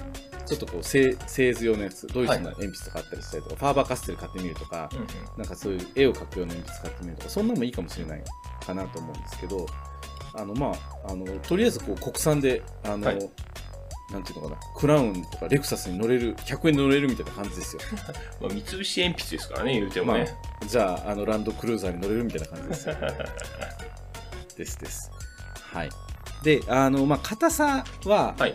[SPEAKER 1] ちょっとこう、製製図用のやつ、ドイツの鉛筆とかあったりしたりとか、ファーバーカステル買ってみるとか、
[SPEAKER 2] うんうん。
[SPEAKER 1] なんかそういう絵を描くような鉛筆使ってみるとか、そんなのもいいかもしれないかなと思うんですけど、あの、まあ、あの、とりあえずこう国産で、あの、
[SPEAKER 2] はい
[SPEAKER 1] なんていうのかな、クラウンとかレクサスに乗れる、100円で乗れるみたいな感じ ですよ。
[SPEAKER 2] まあ、三菱鉛筆ですからね、言うてもね。
[SPEAKER 1] じゃあ、あの、ランドクルーザーに乗れるみたいな感じですよ。 ですです。はい。で、あの、まあ、硬さは、
[SPEAKER 2] はい。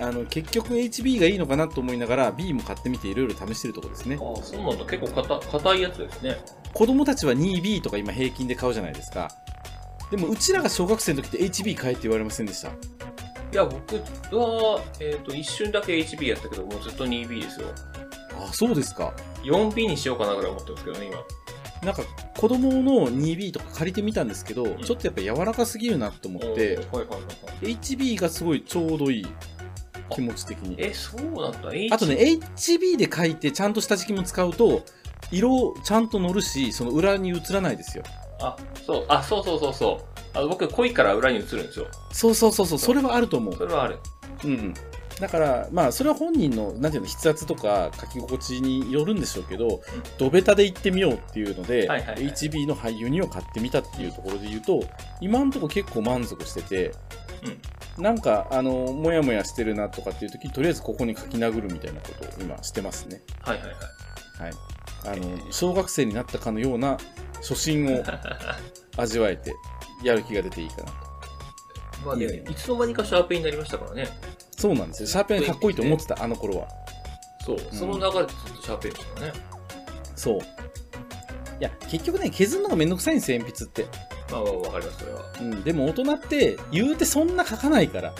[SPEAKER 1] あの、結局 HB がいいのかなと思いながら、B も買ってみていろいろ試してるところですね。
[SPEAKER 2] ああ、そうなんだ。結構硬硬いやつですね。
[SPEAKER 1] 子供たちは 2B とか今平均で買うじゃないですかでもうちらが小学生の時って HB 買えって言われませんでした
[SPEAKER 2] いや、僕は、えっ、と、一瞬だけ HB やったけど、もうずっと 2B ですよ。
[SPEAKER 1] あそうですか
[SPEAKER 2] 4B にしようかなぐらい思ってますけどね、今。
[SPEAKER 1] なんか子供の 2B とか借りてみたんですけど、
[SPEAKER 2] ん
[SPEAKER 1] ちょっとやっぱ柔らかすぎるなと思っ
[SPEAKER 2] お
[SPEAKER 1] て、
[SPEAKER 2] ーはいはいはいはい。
[SPEAKER 1] HB がすごいちょうどいい気持ち的に
[SPEAKER 2] え、そうなんだ。H
[SPEAKER 1] あとね HB で書いてちゃんと下敷きも使うと色ちゃんと乗るしその裏に映らないですよ
[SPEAKER 2] あ、そう、あ、そうそうそうそう。あの僕、濃いから裏に映るんですよ。
[SPEAKER 1] そうそうそうそうそれはあると思う
[SPEAKER 2] それはある。
[SPEAKER 1] うん、だから、まあ、それは本人のなんていうの筆圧とか書き心地によるんでしょうけど、ドベタで行ってみようっていうので、
[SPEAKER 2] はいはいはい
[SPEAKER 1] HB の俳優にを買ってみたっていうところで言うと、今のところ結構満足してて、なんか、あの、もやもやしてるなとかっていう時とりあえずここに書き殴るみたいなことを今してますね。
[SPEAKER 2] はいはいは
[SPEAKER 1] は
[SPEAKER 2] い。
[SPEAKER 1] い。あ の、小学生になったかのような初心を味わえて、やる気が出ていいかなと。
[SPEAKER 2] まあね、
[SPEAKER 1] いいね
[SPEAKER 2] いつの間にかシャーペンになりましたからね。
[SPEAKER 1] そうなんですよ。シャーペンかっこいいと思ってた、あの頃は。
[SPEAKER 2] そう、その流れでずっとシャーペンですからね。
[SPEAKER 1] そう。いや、結局ね、削るのがめんどくさいんですよ、鉛筆って。
[SPEAKER 2] まあまあ、わかります、それは。
[SPEAKER 1] うん、でも大人って、言うてそんな書かないから。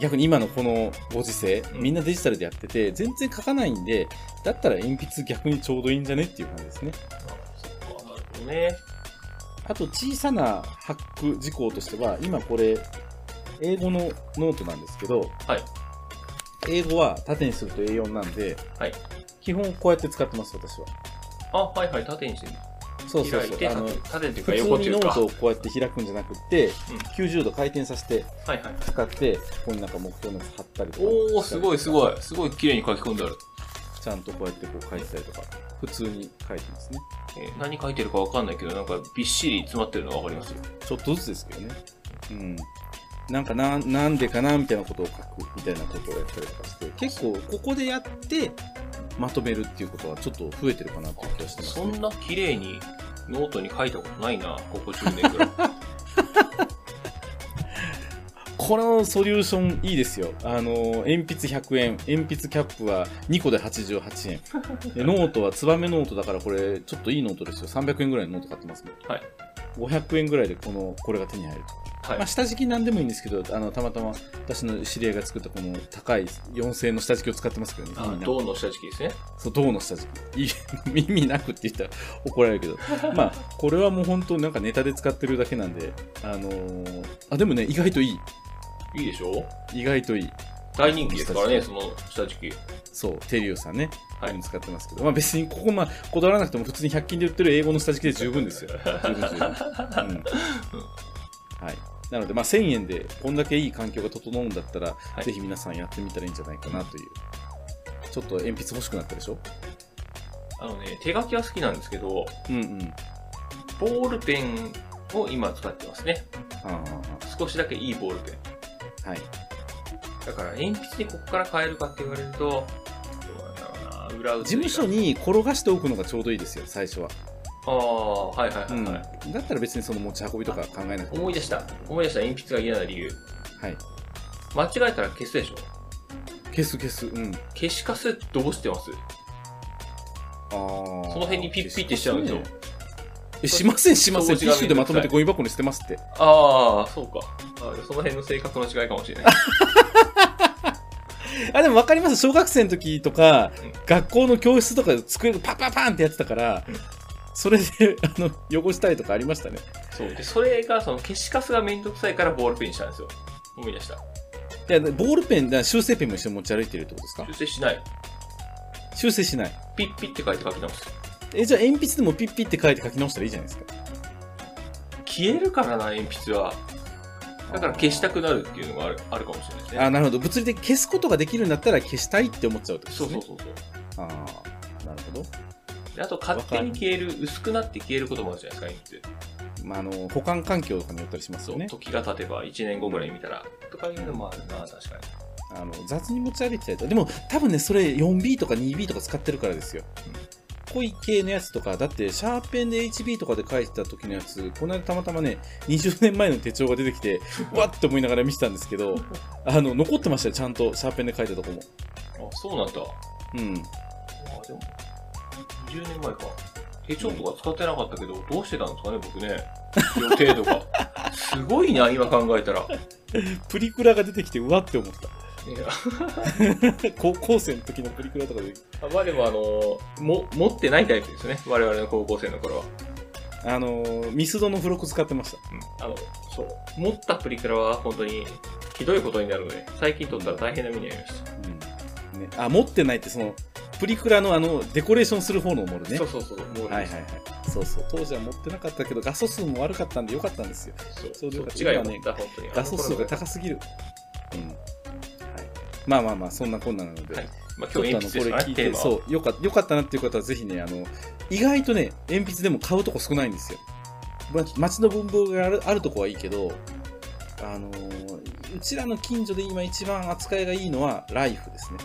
[SPEAKER 1] 逆に今のこのご時世、
[SPEAKER 2] うん
[SPEAKER 1] みんなデジタルでやってて、全然書かないんで、だったら鉛筆逆にちょうどいいんじゃねっていう感じですね。
[SPEAKER 2] あそっか、なるほどね。
[SPEAKER 1] あと、小さなハック事項としては、今これ、英語のノートなんですけど、
[SPEAKER 2] はい
[SPEAKER 1] 英語は縦にすると A4 なんで、
[SPEAKER 2] はい
[SPEAKER 1] 基本こうやって使ってます、私は。
[SPEAKER 2] あ、はいはい、縦にしてる。
[SPEAKER 1] そうそう
[SPEAKER 2] 開い
[SPEAKER 1] そう
[SPEAKER 2] て、
[SPEAKER 1] あの
[SPEAKER 2] 縦縦とい
[SPEAKER 1] 普
[SPEAKER 2] うか
[SPEAKER 1] 通
[SPEAKER 2] 横と
[SPEAKER 1] に
[SPEAKER 2] い
[SPEAKER 1] ノ
[SPEAKER 2] うか。
[SPEAKER 1] ー
[SPEAKER 2] は
[SPEAKER 1] トをこうやって開くんじゃなくて、90度回転させて
[SPEAKER 2] いはい。
[SPEAKER 1] 使ってここになんか目標のやつ貼ったりとか
[SPEAKER 2] おおすごいすご
[SPEAKER 1] い
[SPEAKER 2] い。すごい綺麗に書き込んである。
[SPEAKER 1] ちゃんとこうやってこう書いてたりとか普通に書いてますね
[SPEAKER 2] えー何書いてるかわかんないけど、なんかびっしり詰まってるのわかりますよ。
[SPEAKER 1] ちょっとずつですけどねうんなんかななんでかなみたいなことを書くみたいなことをやったりとかして結構ここでやってまとめるっていうことはちょっと増えてるかなっていう気がしてます、
[SPEAKER 2] そ
[SPEAKER 1] ね、
[SPEAKER 2] んな綺麗にノートに書いたことないな、ここ10年ぐ らい。
[SPEAKER 1] このソリューションいいですよ。あの、鉛筆100円、鉛筆キャップは2個で88円。 でノートはツバメノートだからこれ、ちょっといいノートですよ。300円ぐらいのノート買ってますもん。
[SPEAKER 2] はい。
[SPEAKER 1] 500円ぐらいでこの、これが手に入ると。
[SPEAKER 2] はい
[SPEAKER 1] まあ、。下敷きなんでもいいんですけど、あの、たまたま私の知り合いが作ったこの高い4000円の下敷きを使ってますけどね。意味
[SPEAKER 2] あ
[SPEAKER 1] なく
[SPEAKER 2] 銅の下敷きですね。
[SPEAKER 1] そう、銅の下敷き。いい意味なくって言ったら怒られる けど。まあ、これはもう本当になんかネタで使ってるだけなんで、あのーあ、でもね、意外といい。
[SPEAKER 2] いいでしょ
[SPEAKER 1] 意外といい。
[SPEAKER 2] 大人気ですからね、
[SPEAKER 1] 下
[SPEAKER 2] その下敷き。
[SPEAKER 1] そう、テリオさんね、
[SPEAKER 2] は
[SPEAKER 1] こう
[SPEAKER 2] い
[SPEAKER 1] うの使ってますけど、まあ別にここ、まあ、こだわらなくても、普通に100均で売ってる英語の下敷きで十分ですよ。十分十分。うんはい。なので、まあ1000円で、こんだけいい環境が整うんだったら、
[SPEAKER 2] い
[SPEAKER 1] ぜひ皆さんやってみたらいいんじゃないかなという。ちょっと鉛筆欲しくなったでしょ
[SPEAKER 2] あのね、手書きは好きなんですけど、
[SPEAKER 1] うんうん。
[SPEAKER 2] ボールペンを今使ってますね。
[SPEAKER 1] ああ
[SPEAKER 2] 少しだけいいボールペン。
[SPEAKER 1] はい。
[SPEAKER 2] だから鉛筆でここから変えるかって言われると、どうなんだろうな、裏打
[SPEAKER 1] 事
[SPEAKER 2] ちと
[SPEAKER 1] 務
[SPEAKER 2] いうか
[SPEAKER 1] 所。に転がしておくのがちょうどいいですよ、最初は。
[SPEAKER 2] ああ、はいはいはい、はい
[SPEAKER 1] うんだったら別にその持ち運びとか考えなくても。
[SPEAKER 2] 思い出した。思い出した鉛筆が嫌な理由。
[SPEAKER 1] はい。
[SPEAKER 2] 間違えたら消すでしょ
[SPEAKER 1] 消す消す。うん。
[SPEAKER 2] 消しカスどうしてます
[SPEAKER 1] その
[SPEAKER 2] その辺にピッピッてしちゃうんですよ。
[SPEAKER 1] え、しません、しません。
[SPEAKER 2] 掃
[SPEAKER 1] ティ
[SPEAKER 2] 除が
[SPEAKER 1] ッシュでまとめてゴミ箱に捨てますって。
[SPEAKER 2] ああ、そうか。あその辺の性格の違いかもしれない。
[SPEAKER 1] あ、でも分かります。小学生の時とか
[SPEAKER 2] うん、
[SPEAKER 1] 学校の教室とかで机でパンパンパンってやってたから
[SPEAKER 2] うん、
[SPEAKER 1] それで、あの、汚したりとかありましたね。
[SPEAKER 2] そう。で、それが、その消しカスがめんどくさいからボールペンにしたんですよ。思い出した。
[SPEAKER 1] いや、ボールペン、だから修正ペンも一緒に持ち歩いてるってことですか
[SPEAKER 2] 修正しない。
[SPEAKER 1] 修正しない。
[SPEAKER 2] ピッピッて書いて書き直す。
[SPEAKER 1] え、じゃあ鉛筆でもピッピって書いて書き直したらいいじゃないですか。
[SPEAKER 2] 消えるからな、鉛筆は。だから消したくなるっていうのがあるあるかもしれないです
[SPEAKER 1] あ、
[SPEAKER 2] ね。
[SPEAKER 1] なるほど。物理的に消すことができるんだったら消したいって思っちゃうってこと
[SPEAKER 2] そう
[SPEAKER 1] です
[SPEAKER 2] そう
[SPEAKER 1] ね。
[SPEAKER 2] そうそう。
[SPEAKER 1] ああ、なるほど。
[SPEAKER 2] であと、勝手に消える、薄くなって消えることもあるじゃないですか、鉛筆。
[SPEAKER 1] まあ、あの、保管環境とかによったりします
[SPEAKER 2] そ
[SPEAKER 1] よ
[SPEAKER 2] う。
[SPEAKER 1] ね。
[SPEAKER 2] 時が経てば、1年後ぐらい見たら。とかいうのもあるな、確かに。
[SPEAKER 1] あの雑に持ち歩いてたりとかでも多分ねそれ 4B とか 2B とか使ってるからですよ、濃い系のやつとかだってシャーペンで HB とかで書いてた時のやつこの間たまたまね20年前の手帳が出てきてわっと思いながら見てたんですけどあの残ってましたよちゃんとシャーペンで書いたとこも
[SPEAKER 2] あ、そうなんだ。
[SPEAKER 1] うん
[SPEAKER 2] あでも、20年前か。手帳とか使ってなかったけど、どうしてたんですかね、僕ね。予定と か。すごいな、今考えたら。ね
[SPEAKER 1] プリクラが出てきてうわって思った 高校生の時のプリクラとかで
[SPEAKER 2] あ我々はあのも、持ってないタイプですね。我々の高校生の頃は。
[SPEAKER 1] あのーミスドの付録使ってました
[SPEAKER 2] あの、そう。持ったプリクラは本当にひどいことになるので、最近撮ったら大変な目に遭いました。
[SPEAKER 1] うんね、あ持ってないってそのプリクラのあのデコレーションする方のものね
[SPEAKER 2] そうそうそう。もう、
[SPEAKER 1] はいはいはい。そうそう。当時は持ってなかったけど、画素数も悪かったんで良かったんですよ。
[SPEAKER 2] そう。
[SPEAKER 1] そ
[SPEAKER 2] そうう
[SPEAKER 1] で
[SPEAKER 2] そ
[SPEAKER 1] よ
[SPEAKER 2] っ
[SPEAKER 1] かった
[SPEAKER 2] ちが良かった、本当に。
[SPEAKER 1] 画素数が
[SPEAKER 2] あの頃の
[SPEAKER 1] 高すぎる。うん。はい。まあまあまあ、そんなこんななので。
[SPEAKER 2] はいまあ、
[SPEAKER 1] ちょ
[SPEAKER 2] 今
[SPEAKER 1] っ
[SPEAKER 2] 日
[SPEAKER 1] とあの、これ
[SPEAKER 2] 鉛筆ですから
[SPEAKER 1] 聞い
[SPEAKER 2] ね、テー
[SPEAKER 1] て、
[SPEAKER 2] マは
[SPEAKER 1] そう、よかった、よかったなっていう方は、ぜひね、あの、意外とね、鉛筆でも買うとこ少ないんですよ。ま街の文房具があるあるとこはいいけど、あのーうちらの近所で今一番扱いがいいのは、ライフですね。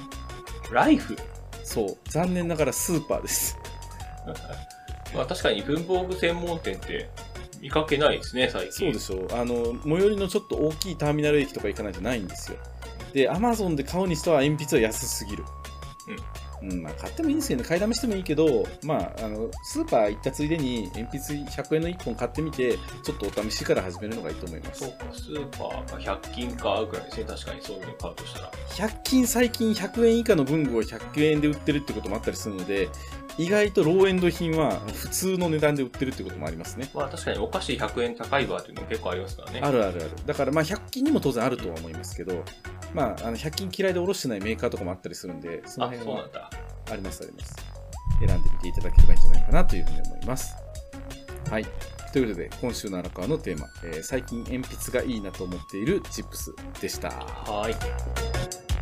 [SPEAKER 2] ライフ
[SPEAKER 1] そう。残念ながらスーパーです。
[SPEAKER 2] まあ確かに文房具専門店って見かけないですね、最近。
[SPEAKER 1] そうでしょう。あの、最寄りのちょっと大きいターミナル駅とか行かないとないんですよ。で、アマゾンで買うにしては鉛筆は安すぎる。うん。まあ、買ってもいいんですけどね、買いだめしてもいいけど、まあ、あの、スーパー行ったついでに、鉛筆100円の1本買ってみて、ちょっとお試しから始めるのがいいと思いま
[SPEAKER 2] そ
[SPEAKER 1] す
[SPEAKER 2] う。か、スーパーか100均かぐらいですね、確かにそういうの買うとしたら。
[SPEAKER 1] 100均、最近100円以下の文具を100円で売ってるってこともあったりするので、意外とローエンド品は普通の値段で売ってるってこともありますね。
[SPEAKER 2] まあ確かにお菓子100円高いバーっていうのも結構ありますからね。
[SPEAKER 1] あるあるある。だからまあ100均にも当然あるとは思いますけど、まあ、あの100均嫌いでおろしてないメーカーとかもあったりするんで、その
[SPEAKER 2] あ、
[SPEAKER 1] 辺
[SPEAKER 2] そうな
[SPEAKER 1] は
[SPEAKER 2] んだ。
[SPEAKER 1] ありますあります。選んでみていただければいいんじゃないかなというふうに思います。はい。ということで、今週の荒川のテーマ、えー最近鉛筆がいいなと思っているチップスでした。
[SPEAKER 2] はい。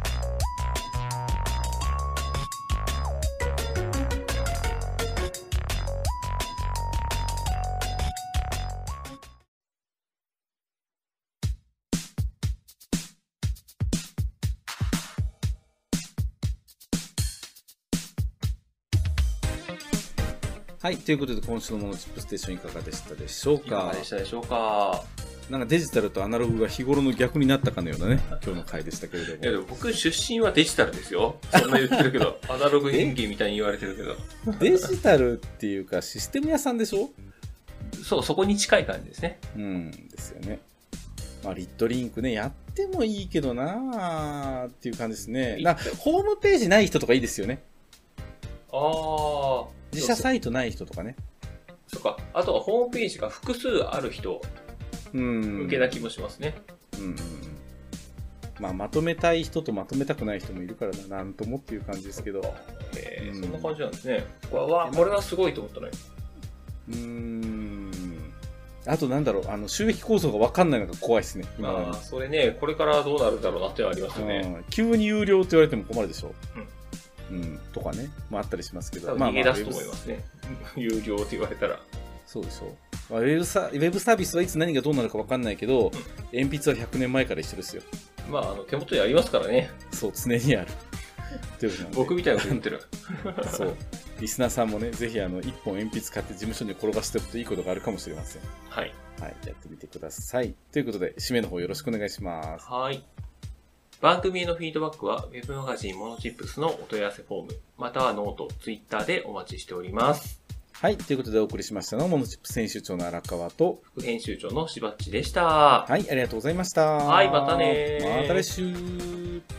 [SPEAKER 1] はい。ということで、今週のものチップステーションいかがでしたでしょう
[SPEAKER 2] いか
[SPEAKER 1] か
[SPEAKER 2] がでしたでしょうか。
[SPEAKER 1] なんかデジタルとアナログが日頃の逆になったかのようなね、今日の回でしたけれ
[SPEAKER 2] いやで
[SPEAKER 1] ど
[SPEAKER 2] も僕出身はデジタルですよ。そんな言ってる けど、アナログ演技みたいに言われてるけど、
[SPEAKER 1] も。デジタルっていうか、システム屋さんでしょ
[SPEAKER 2] そう、そこに近い感じですね。
[SPEAKER 1] うん、ですよね。まあ、リットリンクね、やってもいいけどなーっていう感じですね。なホームページない人とかいいですよね。
[SPEAKER 2] ああ、
[SPEAKER 1] 自社サイトない人とかね。
[SPEAKER 2] そうか。あとはホームページが複数ある人
[SPEAKER 1] うん。
[SPEAKER 2] 向けな気もしますね。
[SPEAKER 1] うんうんうん。まあ、まとめたい人とまとめたくない人もいるからな、なんともっていう感じですけど。
[SPEAKER 2] えー
[SPEAKER 1] うん
[SPEAKER 2] そんな感じなんですね。わわこれはすごいと思ったね。
[SPEAKER 1] うーん。あと、なんだろう、あの、収益構造がわかんないのが怖いですね。今
[SPEAKER 2] まあ、
[SPEAKER 1] は
[SPEAKER 2] それね、これからどうなるんだろうなってのはありますよね。
[SPEAKER 1] うん、急に有料って言われても困るでしょ。うん。とかね。まあ、あったりしますけ
[SPEAKER 2] 多
[SPEAKER 1] ど。
[SPEAKER 2] 分
[SPEAKER 1] まあ、
[SPEAKER 2] 逃げ出すと思い
[SPEAKER 1] まあ
[SPEAKER 2] ますね。 有料って言われたら。
[SPEAKER 1] そうでしょう、まあウェブサ。ウェブサービスはいつ何がどうなるか分かんないけど、鉛筆は100年前から一緒ですよ。
[SPEAKER 2] まあ、あの手元にありますからね。
[SPEAKER 1] そう、常にある。ということなんで
[SPEAKER 2] 僕みたいなこと言ってる。
[SPEAKER 1] そう。リスナーさんもね、ぜひあの、1本鉛筆買って事務所に転がしておくといいことがあるかもしれません。
[SPEAKER 2] はい。
[SPEAKER 1] はい、やってみてください。ということで、締めの方よろしくお願いします。
[SPEAKER 2] はい。番組へのフィードバックは、ウェブマガジンモノチップスのお問い合わせフォーム、またはノート、ツイッターでお待ちしております。
[SPEAKER 1] はい、ということでお送りしましたのは、モノチップ編集長の荒川と、
[SPEAKER 2] 副編集長のしばっちでした。
[SPEAKER 1] はい、ありがとうございました。
[SPEAKER 2] はいまたねー
[SPEAKER 1] また来週。